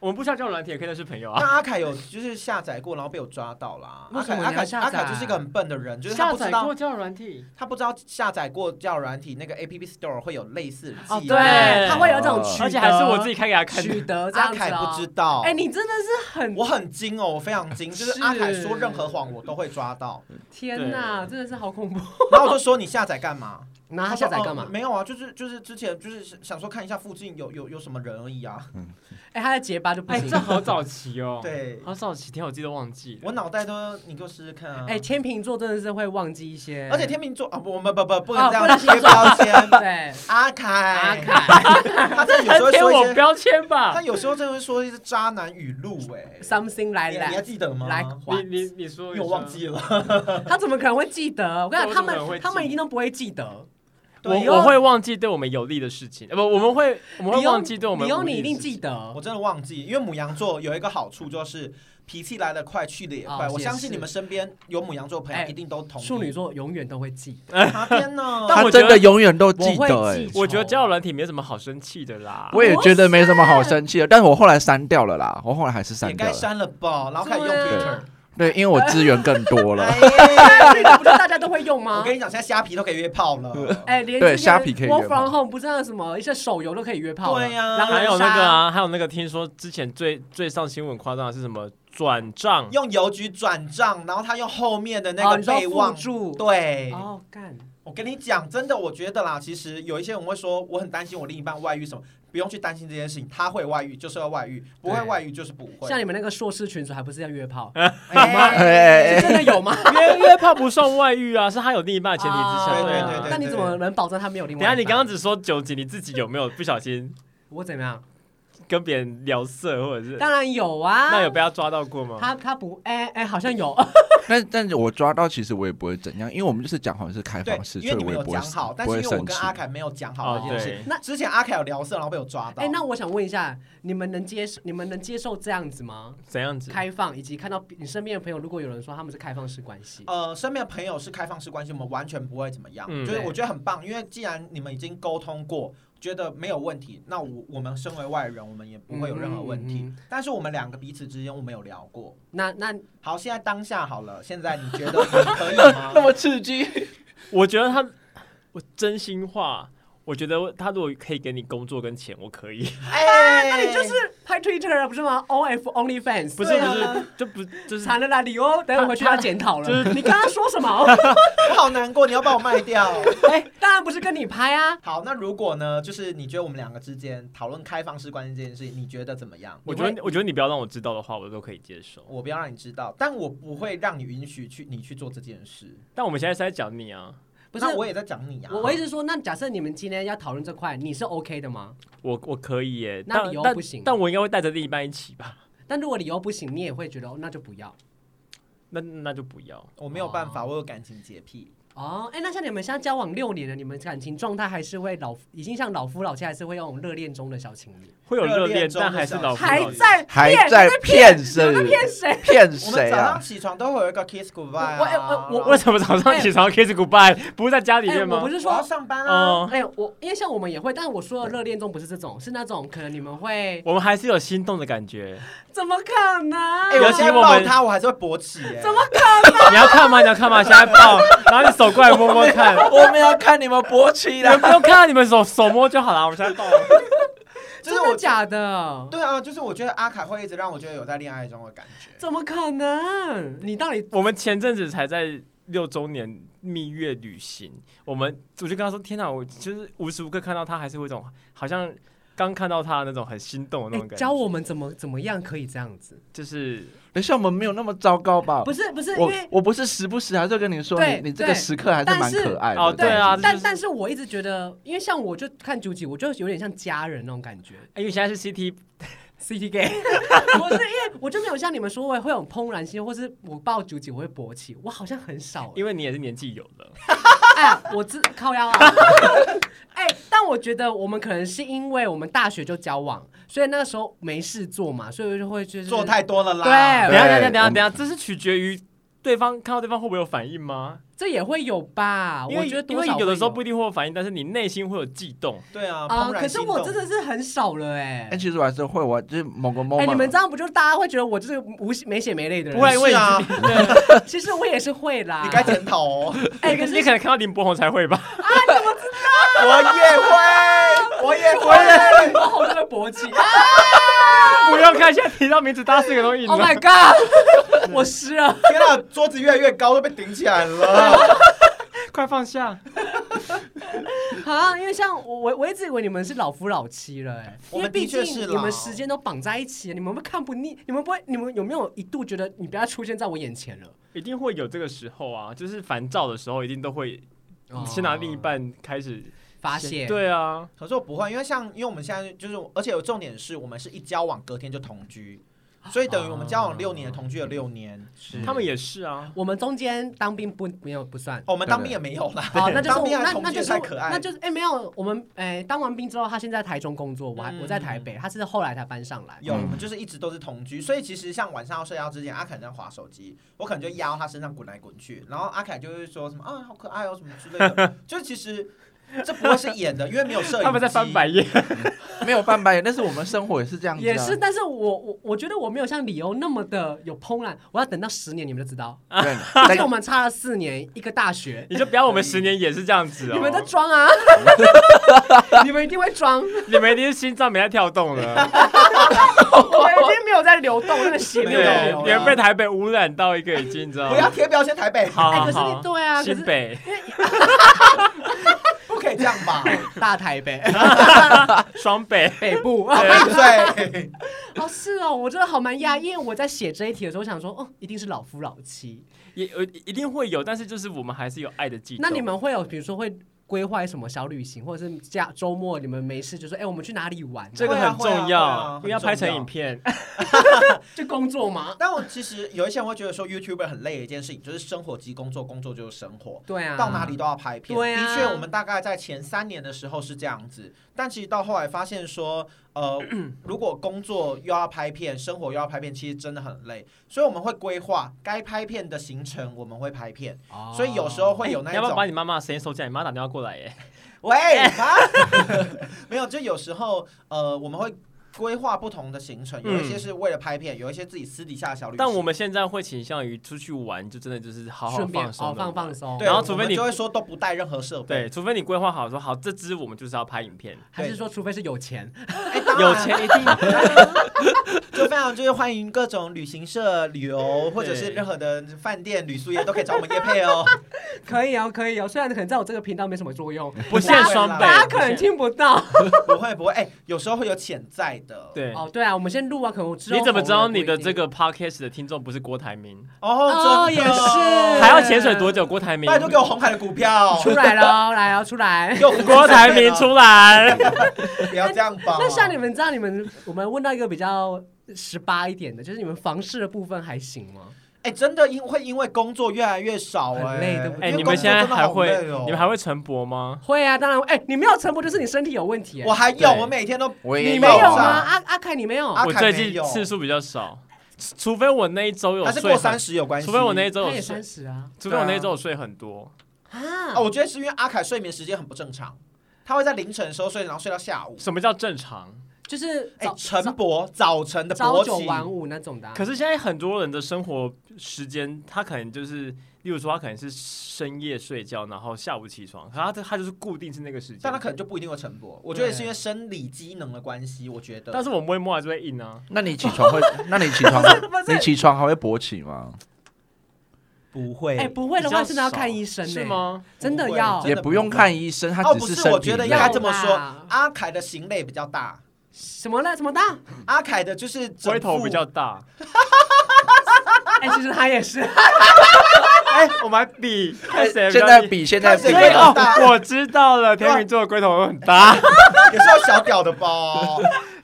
S3: 我们不需要交友软体也可以认识朋友
S4: 那
S3: 啊。
S4: 阿凯有就是下载过，然后被我抓到啦。
S1: 为
S4: 阿
S1: 什
S4: 凯
S1: 么
S4: 阿
S1: 你要
S4: 凯
S1: 下载啊
S4: 阿凯就是一个很笨的人，就是他
S3: 下
S4: 不知
S3: 载
S4: 道
S3: 过交友软体，
S4: 他不知道下载过交友软体那个 App Store 会有类似的记
S1: 哦
S4: 录。
S3: 对
S1: 他会有一种取得，
S3: 哦而且还
S4: 啊
S3: 是我自己开给他看
S1: 取
S3: 的。
S1: 得这
S4: 阿
S1: 样子、
S4: 凯
S1: 哦。
S4: 不知道。
S1: 哎、你真的是很
S4: 啊我很惊哦，我非常惊，就是
S1: 是
S4: 阿凯说任何谎我都会抓到，
S1: 天哪，真的是好 恐怖。
S4: 然后我就说你下载 干嘛？
S1: 然后他下载干嘛
S4: 说哦？没有啊，就是就是之前就是想说看一下附近有有有什么人而已啊。
S1: 哎、他的结巴就不
S3: 哎，
S1: 行。
S3: 这好早期哦。，
S4: 对，
S3: 好早期，天，我自己都忘记了。
S4: 我脑袋都你给我试试看啊。
S1: 哎、天秤座真的是会忘记一些，
S4: 而且天秤座啊，不，我们不不不能
S1: 哦
S4: 这样
S1: 不能
S4: 贴标签。
S1: 对
S4: 阿
S1: 阿
S4: 凯，
S1: 凯
S4: 他真的有
S3: 他
S4: 时候会
S3: 贴
S4: 说一
S3: 我
S4: 些，
S3: 标签吧
S4: 他？有时候真的会说一些渣男语录哎。
S1: something 来
S4: 你你还
S1: 来，
S4: 记得吗？
S1: 来
S4: 因
S3: 你你你说一
S4: 为
S3: 下，
S4: 我忘记了。
S1: 他怎么可能会记得？我跟你讲，
S3: 我
S1: 他
S3: 怎么可能会
S1: 们
S3: 记
S1: 他们一定都不会记得。
S3: 我
S1: 对
S3: 我会忘记对我们有利的事情，呃不，我们会我们
S1: 你
S3: 会
S1: 用
S3: 忘记对我们
S1: 你
S3: 有
S1: 用你
S3: 利
S1: 一
S3: 的
S1: 定
S3: 事情
S1: 记得
S4: 我，真的忘记，因为母羊座有一个好处就是脾气来得快，去得也快。
S1: 哦
S4: 我相信
S1: 也是
S4: 你们身边有母羊座朋友
S1: 哎
S4: 一定都同意。
S1: 处女座永远都会记，
S4: 啊，天哪！
S3: 但
S2: 他
S3: 我
S2: 真
S3: 觉
S2: 的
S3: 得
S2: 永远都记
S1: 我
S2: 得
S1: 会
S2: 哎
S1: 记。仇。
S3: 我觉得交友软体没什么好生气的啦。
S2: 我也觉得没什么好生气的，但是我后来删掉了啦，我后来还是删
S4: 也
S2: 掉
S4: 该
S2: 了。
S4: 删了吧，然后开始用
S1: 对
S4: Twitter
S1: 啊。
S2: 对，因为我资源更多了。
S4: 哎
S1: 这个不是大家都会用
S4: 我
S1: 吗？
S4: 跟你讲，现在虾皮都可以约炮了。
S1: 哎，连
S2: 对虾皮可以约炮
S1: Work from home 不知道什么一些手游都可以约炮了，
S4: 对呀
S1: 狼人
S3: 还有那
S1: 杀
S3: 个，啊，还有那个，听说之前最最上新闻夸张的是什么转账？
S4: 用邮局转账，然后他用后面的那
S1: 哦
S4: 个
S1: 你说
S4: 备忘。
S1: 附注，
S4: 对，
S1: 哦干，
S4: 我跟你讲，真的，我觉得啦，其实有一些人会说，我很担心我另一半外遇什么，不用去担心这件事情，他会外遇就是要外遇，不会
S1: 对
S4: 外遇就是不会。
S1: 像你们那个硕士群主还不是要约炮？
S2: 哎哎
S1: 是
S2: 哎，
S1: 真的有吗？
S3: 约约炮不算外遇啊，是他有另一半的前提之下。
S1: 哦
S4: 对
S3: 啊
S4: 对对
S1: 那你怎么能保证他没有另
S3: 等
S1: 外
S3: 一
S1: 一
S3: 下
S1: 半？
S3: 你刚刚只说九级，你自己有没有不小心
S1: 我怎么样？
S3: 跟别人聊色，或者是
S1: 当然有啊，
S3: 那有被他抓到过吗？
S1: 他他不哎哎好像有，
S2: 但但是我抓到，其实我也不会怎样，因为我们就是讲好是开
S4: 对
S2: 放，式，
S4: 因
S2: 所以
S4: 为你
S2: 我
S4: 们
S2: 也
S4: 有
S2: 不会
S4: 讲好，但
S2: 不
S4: 是
S2: 会
S4: 因为我
S2: 生
S4: 跟
S2: 气。
S4: 阿凯没有讲好
S3: 哦
S4: 这，件事。
S3: 对，
S1: 那
S4: 之前阿凯有聊色，然后被我抓 到。
S1: 哎那我想问一下，你们能接受你们能接受这样子吗？
S3: 怎样子？
S1: 开放，以及看到你身边的朋友，如果有人说他们是开放式关系，
S4: 呃，身边的朋友是开放式关系，我们完全不会怎么样，
S3: 嗯
S4: 就是
S1: 对
S4: 我觉得很棒，因为既然你们已经沟通过，觉得没有问题，那我我们身为外人，我们也不会有任何问题。
S1: 嗯嗯
S4: 但是我们两个彼此之间，我们有聊过。
S1: 那 那
S4: 好，现在当下好了，现在你 觉得你可以吗？
S2: 么刺激，
S3: 我觉得他，我真心话，我觉得他如果可以给你工作跟钱，我可 以。
S1: 啊，
S4: 哎
S1: 那你就是拍 Twitter 啊不是吗？O F Only Fans
S3: 不是
S4: 对
S3: 不
S4: 啊
S3: 是，就不就是
S1: 惨了啦，理由等我回去要检讨
S3: 就
S1: 了。
S3: 是
S1: 你刚刚说什 么？
S4: 我好难过，你要把我卖掉。
S1: 哎，当然不是跟你拍啊，
S4: 好，那如果呢？就是你觉得我们两个之间讨论开放式关系这件事情，你觉得怎么样？
S3: 我觉得我觉得你不要让我知道的话，我都可以接受。
S4: 我不要让你知道，但我不会让你允许去你去做这件事。
S3: 但我们现在是在讲你啊，
S1: 不是
S4: 那我也在讲你啊。
S1: 我我一直说，那假设你们今天要讨论这块，你是 OK 的吗？
S3: 我我可以耶，
S1: 那
S3: 但
S1: 理由
S3: 但
S1: 不行
S3: 但我应该会带着另一半一起吧？
S1: 但如果理由不行，你也会觉得哦，那就不要
S3: 那那就不要。
S4: 我没有办法，我有感情洁癖。
S1: 哦。哎，那像你们现在交往六年了，你们感情状态还是会老，已经像老夫老妻，还是会用热恋中的小情侣，
S3: 会有
S4: 热
S3: 热
S4: 恋
S3: 恋，
S4: 中
S3: 但
S4: 的
S3: 还是
S4: 小
S3: 老夫
S1: 还
S3: 老妻
S1: 在
S2: 还
S1: 骗
S2: 在
S1: 你在
S2: 骗
S1: 骗
S2: 是不
S1: 你
S2: 是
S1: 在骗谁？
S2: 骗
S4: 我们
S2: 谁
S4: 早上
S2: 啊？
S4: 起床都会有一个 kiss goodbye 啊。
S1: 我我我
S4: 然后
S3: 为什么早上起床 kiss goodbye 不是在家里
S1: 哎，
S3: 面
S1: 我
S3: 吗
S1: 不？是
S4: 我要
S1: 说，
S4: 上班啊。
S3: 嗯，
S1: 哎，我因为像我们也会，但我说的热恋中不是这种，是那种可能你们会
S3: 我们还是有心动的感觉。
S1: 怎么可能？
S4: 哎，
S3: 尤
S4: 我
S3: 其
S4: 现在
S3: 我
S4: 抱
S3: 们
S4: 他，我还是会勃起耶。
S1: 怎么
S3: 你要看吗？你要看吗？现在抱，然后你手过来摸摸看。
S2: 我们要看你们勃起
S3: 你们
S2: 啦！
S3: 不用看到你们手手摸就好了。我现在抱。
S4: 就是
S1: 真
S4: 我
S1: 的假的？
S4: 对啊，就是我觉得阿凯会一直让我觉得有在恋爱中的感觉。
S1: 怎么可能？你到底
S3: 我们前阵子才在六周年蜜月旅行，我们我就跟他说：“天哪，我就是无时无刻看到他，还是会有一种好像刚看到他那种很心动的那
S1: 哎
S3: 种 感觉。
S1: 教我们怎么怎么样可以这样子？
S3: 就是
S2: 等一下我们没有那么糟糕吧？
S1: 不是不是，因
S2: 我
S1: 为
S2: 我不是时不时还是会跟你说，
S1: 对
S2: 你你这
S1: 对
S2: 个时刻还是蛮
S1: 但是
S2: 可爱的。
S3: 哦对啊
S1: 但
S3: 就是
S1: 但是我一直觉得，因为像我就看九几，我就有点像家人那种感 觉。
S3: 哎因为现在是 CT，
S1: CT gay，我是 因为我就没有像你们说我会有怦然心，或是我抱九几我会勃起，我好像很少、
S3: 因为你也是年纪有了，
S1: 哎，我知靠腰啊。 哎，但我觉得我们可能是因为我们大学就交往，所以那个时候没事做嘛，所以就会就是
S4: 做太多了
S1: 嗯对
S4: 啦。
S3: 等一下等一下
S2: 对
S3: 等
S2: 我
S3: 一下
S2: 们
S3: 等一下，这是取决于对方看到对方会不会有反应吗？
S1: 这也会有吧？
S3: 因为
S1: 我觉得
S3: 因
S1: 多
S3: 为
S1: 少
S3: 有的时候
S1: 会
S3: 不一定会有反应，但是你内心会有悸动。
S4: 对啊，
S1: 啊、
S4: 怦然
S1: 可是
S4: 心
S1: 我
S4: 动
S1: 真的是很少了哎、
S2: 哎，其实我还是会，我就是某个
S1: 哎、
S2: moment，
S1: 你们这样不就大家会觉得我就是无没血没泪的人？
S3: 不会因为
S4: 是啊，
S1: 其实我也是会啦。
S4: 你该检讨哦。
S1: 哎、可
S3: 你
S1: 是
S3: 你可能看到林柏宏才会吧？
S4: 我也会，我 也
S1: 我也
S4: 会。
S1: 是我好像会勃起。
S3: 不用看，现在提到名字，大家四个都硬
S1: oh
S3: 了
S1: my。god！我 湿了。
S4: 天啊，桌子越来越高，都被顶起来了。
S3: 快放下！
S1: 啊，因为像我我我一直以为你们是老夫老妻了、哎，
S4: 我
S1: 因
S4: 们
S1: 为毕
S4: 的确
S1: 竟
S4: 是
S1: 你
S4: 老
S1: 们时间都绑在一起，你们会看不腻，你们不会，你们有没有一度觉得你不要出现在我眼前了？
S3: 一定会有这个时候啊，就是烦躁的时候，一定都会先拿另一半开始
S1: 哦发泄，，
S3: 对啊，
S4: 可是我不会，因为像因为我们现在就是，而且有重点是我们是一交往隔天就同居，所以等于我们交往六年，同居了六年。
S1: 嗯
S2: 是
S3: 他们也是啊。
S1: 我们中间当兵不没有不算。
S4: 哦，我们当兵也没有啦，
S1: 好，那就是
S4: 当
S1: 我
S4: 兵
S1: 那那
S4: 还同居
S1: 就
S4: 也
S1: 是
S4: 太
S1: 我
S4: 可爱
S1: 那。就是哎、没有，我们哎、当完兵之后，他现在台中工作，我还、
S4: 嗯
S1: 我在台北，他是后来才搬上来。
S4: 有，
S2: 嗯
S4: 我们就是一直都是同居，所以其实像晚上要睡觉之前，阿凯在划手机，我可能就压到他身上滚来滚去，然后阿凯就会说什么啊好可爱哦什么之类的，就是其实这不会是演的，因为没有摄
S1: 嗯
S4: 影机。
S3: 他们在翻白眼，
S2: 没有半白眼，但是我们生活也是这样子啊。
S1: 也是，但是我我我觉得我没有像理由那么的有怦然，我要等到十年你们就知道，
S2: 对，
S1: 而
S2: 但
S1: 且我们差了四年，一个大学，
S3: 你就不要我们十年也是这样子哦。
S1: 你们在装 啊，你们一定会装，
S3: 你们一定是心脏没在跳动 了，
S1: 我已经没有在流动，那个血没有在
S3: 对
S1: 流，
S3: 你
S1: 了。哎
S3: 们被台北污染到一个已经你知道
S4: 不要贴标签台北，
S3: 好
S1: 哎，
S3: 好
S1: 可是你
S3: 好，
S1: 对啊，可
S3: 新
S1: 是
S3: 北
S4: 不可以这样 吧？
S1: 大台北
S3: 双北，
S1: 北部。
S4: 闭嘴！
S1: 哦，是哦，我真的好蛮讶异，因为我在写这一题的时候，我想说，哦，一定是老夫老妻。
S3: 也呃一定会有，但是就是我们还是有爱的悸动。
S1: 那你们会有，比如说会规划什么小旅行，或者是假周末你们没事就说，哎、我们去哪里玩？
S3: 这个
S4: 会啊
S3: 很
S4: 会啊
S3: 重
S4: 会啊
S3: 要，因为要
S4: 很重
S3: 拍成
S4: 要
S3: 影片。
S1: 就工作吗？
S4: 但我其实有一些人会觉得说，YouTuber 很累的一件事情，就是生活即工作，工作就是生活，
S1: 对啊，
S4: 到哪里都要拍片。
S1: 对啊
S4: 的确，我们大概在前三年的时候是这样子，但其实到后来发现说， 呃，如果工作又要拍片，生活又要拍片，其实真的很累，所以我们会规划该拍片的行程，我们会拍片。
S1: 哦
S4: 所以有时候会有那
S3: 哎你
S4: 一
S3: 要不要把
S4: 种，
S3: 你妈妈的声音收起来？你妈打电话过来耶。
S4: 喂，妈没有，就有时候呃，我们会规划不同的行程，有一些是为了拍片，有一些自己私底下的小旅行。
S3: 嗯但我们现在会倾向于出去玩，就真的就是好好
S1: 顺便
S3: 放松啊
S1: 哦
S3: 地
S1: 放
S3: 玩
S1: 放松，
S4: 对，
S3: 然后
S4: 我
S3: 除非
S4: 们
S3: 你
S4: 就会说都不带任何设备
S3: 对，，除非你规划好说好，这支我们就是要拍影片，
S1: 还是说除非是有钱，
S4: 哎当然
S3: 有钱一定
S4: 就非常就是欢迎各种旅行社、旅游或者是任何的饭店、旅宿业都可以找我们叶配 哦。
S1: 可以哦可以哦，虽然可能在我这个频道没什么作用，
S3: 不限双倍，
S1: 大家
S3: 不
S1: 可能
S3: 限
S1: 听不到。
S4: 不会不会，哎，有时候会有潜在的。
S3: 对。
S1: 哦，对啊，我们先录完，可能我之后
S3: 你怎么知道
S1: 红了
S3: 你的这
S1: 不一定？
S3: 个 podcast 的听众不是郭台铭？
S4: 哦，
S1: 哦
S4: 真的
S1: 也是
S3: 还要潜水多久？郭台铭，
S4: 拜托给我红海的 股票，
S1: 出来了，来哦，出来。
S4: 给我红海的股票
S3: 郭台铭，出来！
S4: 不要这样吧。
S1: 那像你们知道，你们我们问到一个比较十八一点的，就是你们房事的部分还行吗？
S4: 哎，真的因会因为工作越来越少，
S1: 很累对不对
S3: 哎，
S4: 因为
S3: 你们
S4: 工作
S3: 现在
S4: 真的
S3: 还
S4: 好
S3: 会
S4: 累哦，
S3: 你们还会晨勃吗？
S1: 会啊，当然会。哎、你没有晨勃，就是你身体有问题、
S4: 我
S1: 哎，
S4: 还有，
S3: 对
S4: 我每天都
S2: 我
S1: 你
S2: 也
S1: 没
S4: 有
S1: 有吗？
S4: 啊
S1: 阿阿凯，你没有？
S4: 阿
S3: 我
S4: 凯
S3: 最
S4: 没
S3: 近
S4: 有
S3: 次数比较少，除除非我那一周有
S4: 还是
S3: 睡
S4: 过
S3: 很
S4: 三，十有关系。
S3: 除非我那一周
S1: 他也
S3: 有睡
S1: 三，十啊。
S3: 除非我那一周有睡很多。
S1: 啊
S4: 啊，我觉得是因为阿凯睡眠时间很不正常，他会在凌晨的时候睡，然后睡到下午。
S3: 什么叫正常？
S1: 就是
S4: 哎
S1: 早，
S4: 晨
S1: 早
S4: 勃早晨的勃
S1: 朝九晚
S4: 起，
S1: 五那种的啊、
S3: 可是现在很多人的生活时间，他可能就是，例如说他可能是深夜睡觉，然后下午起床，可他他就是固定是那个时间。
S4: 但他可能就不一定会晨勃。我觉得是因为生理机能的关系，我觉
S3: 但
S4: 得。
S3: 是我摸一摸还是会硬啊。
S2: 那你起床 会？那你起床会？你起床还会勃起吗？
S4: 不会
S1: 哎、不会的
S3: 比
S1: 话，
S3: 较
S1: 真的要看医生、哎，
S3: 是？吗？
S1: 真的
S4: 不会
S1: 要
S4: 哦真
S2: 也
S4: 的
S2: 不
S4: 不
S2: 用
S4: 会
S2: 看医生，他
S4: 哦
S2: 只
S4: 不是
S2: 身体累。
S4: 我觉得要
S1: 要
S4: 该这么说
S1: 啦
S4: 阿凯的型类比较大，
S1: 什么了？什么大？
S4: 阿凯的就是整
S3: 龟头
S4: 副
S3: 比较大。
S1: 哎、其实他也是，
S3: 哎，我们还比看谁比
S2: 现
S3: 较
S2: 在
S3: 硬
S2: 比现在比
S4: 看谁
S3: 所以
S4: 龟头
S3: 哦
S4: 大，
S3: 我知道了，天秤座的龟头很大。
S4: 也是有小屌 的包。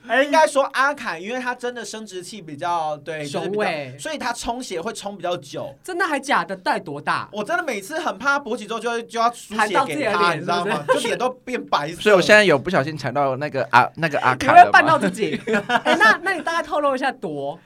S3: 哎
S4: 应该说阿凯，因为他真的生殖器比较对，就是
S1: 雄
S4: 比较
S1: 伟
S4: 所以他充血会充比较久。
S1: 真的还假的？带多大？
S4: 我真的每次很怕勃起之后就会就要输
S1: 弹
S4: 血
S1: 到自己
S4: 给
S1: 的
S4: 他，
S1: 脸
S4: 你知道吗
S1: 是？
S4: 就脸都变白色。
S2: 所以我现在有不小心踩到那个阿那个阿
S1: 你
S2: 卡
S1: 会不会
S2: 了
S1: 绊到
S2: 吗？
S1: 自己？哎、那那你大概透露一下多？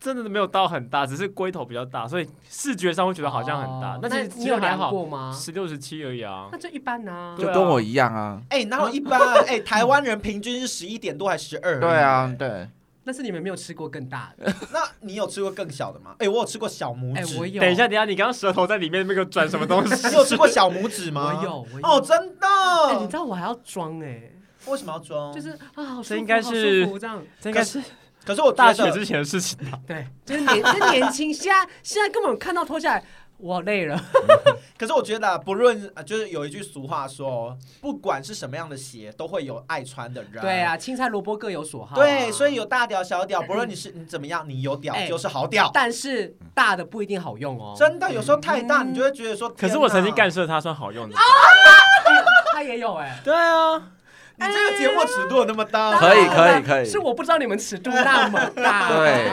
S3: 真的没有到很大，只是龟头比较大，所以视觉上会觉得好像很大
S1: 哦。
S3: 但其实
S1: 你
S3: 其实
S1: 有
S3: 还
S1: 量
S3: 好，
S1: 过吗？
S3: 十六十七而已啊
S1: 那。就一般啊。
S3: 对
S2: 就
S3: 啊
S2: 跟我一样啊。
S4: 哎、然后一般啊哎、台湾人平均是十一点多还是十二？
S2: 对啊，，对，
S1: 那是你们没有吃过更大的。
S4: 那你有吃过更小的吗？哎、我有吃过小拇
S1: 哎、
S4: 指。
S1: 我有。
S3: 等一下，等一下，你刚刚舌头在里面那个转什么 东西？
S4: 你有吃过小拇指吗？
S1: 我有，。我有。
S4: 哦，真的？哦
S1: 哎、你知道我还要装哎、
S4: 为什么要装？
S1: 就是啊，好舒服
S3: 这应该是
S1: 好舒服这样。
S3: 这应该是
S4: 可是我
S3: 大
S4: 觉
S3: 学
S4: 得，
S3: 之前的事情吧。
S1: 对，就是年，就是年轻。现在现在根本看到脱下来，我累了。
S4: 可是我觉得啊，不论呃就是有一句俗话说，不管是什么样的鞋，都会有爱穿的人。
S1: 对。啊，青菜萝卜各有所好、啊
S4: 对，所以。有大屌小屌，不论你是你怎么样，你有屌
S1: 哎
S4: 就是好屌。
S1: 但是大的不一定好用哦，
S4: 真的，有时候太大，你就会觉得说。
S3: 嗯可是我曾经干
S4: 天
S3: 涉他算好用的。
S1: 他也有哎、
S3: 对啊，
S4: 哪，你这个节目尺度有那么大，
S2: 可以
S1: 当
S2: 可以
S1: 然
S2: 可以
S1: 是我不知道你们尺度那么大，
S2: 对，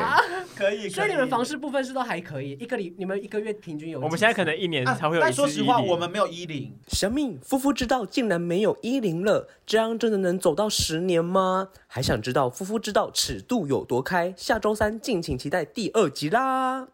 S4: 可以。
S1: 所以
S4: 可
S1: 你们房事部分是都还可以，一个礼你们一个月平均有几次。
S3: 我们现在可能一年
S4: 啊
S3: 才嗯会有一
S4: 但
S3: 次
S4: 说
S3: 异
S4: 实
S3: 地。
S4: 话，我们没有衣领。
S5: 神秘夫妇之道竟然没有一零了，这样真的能走到十年吗？还想知道夫妇之道尺度有多开？下周三敬请期待第二集啦！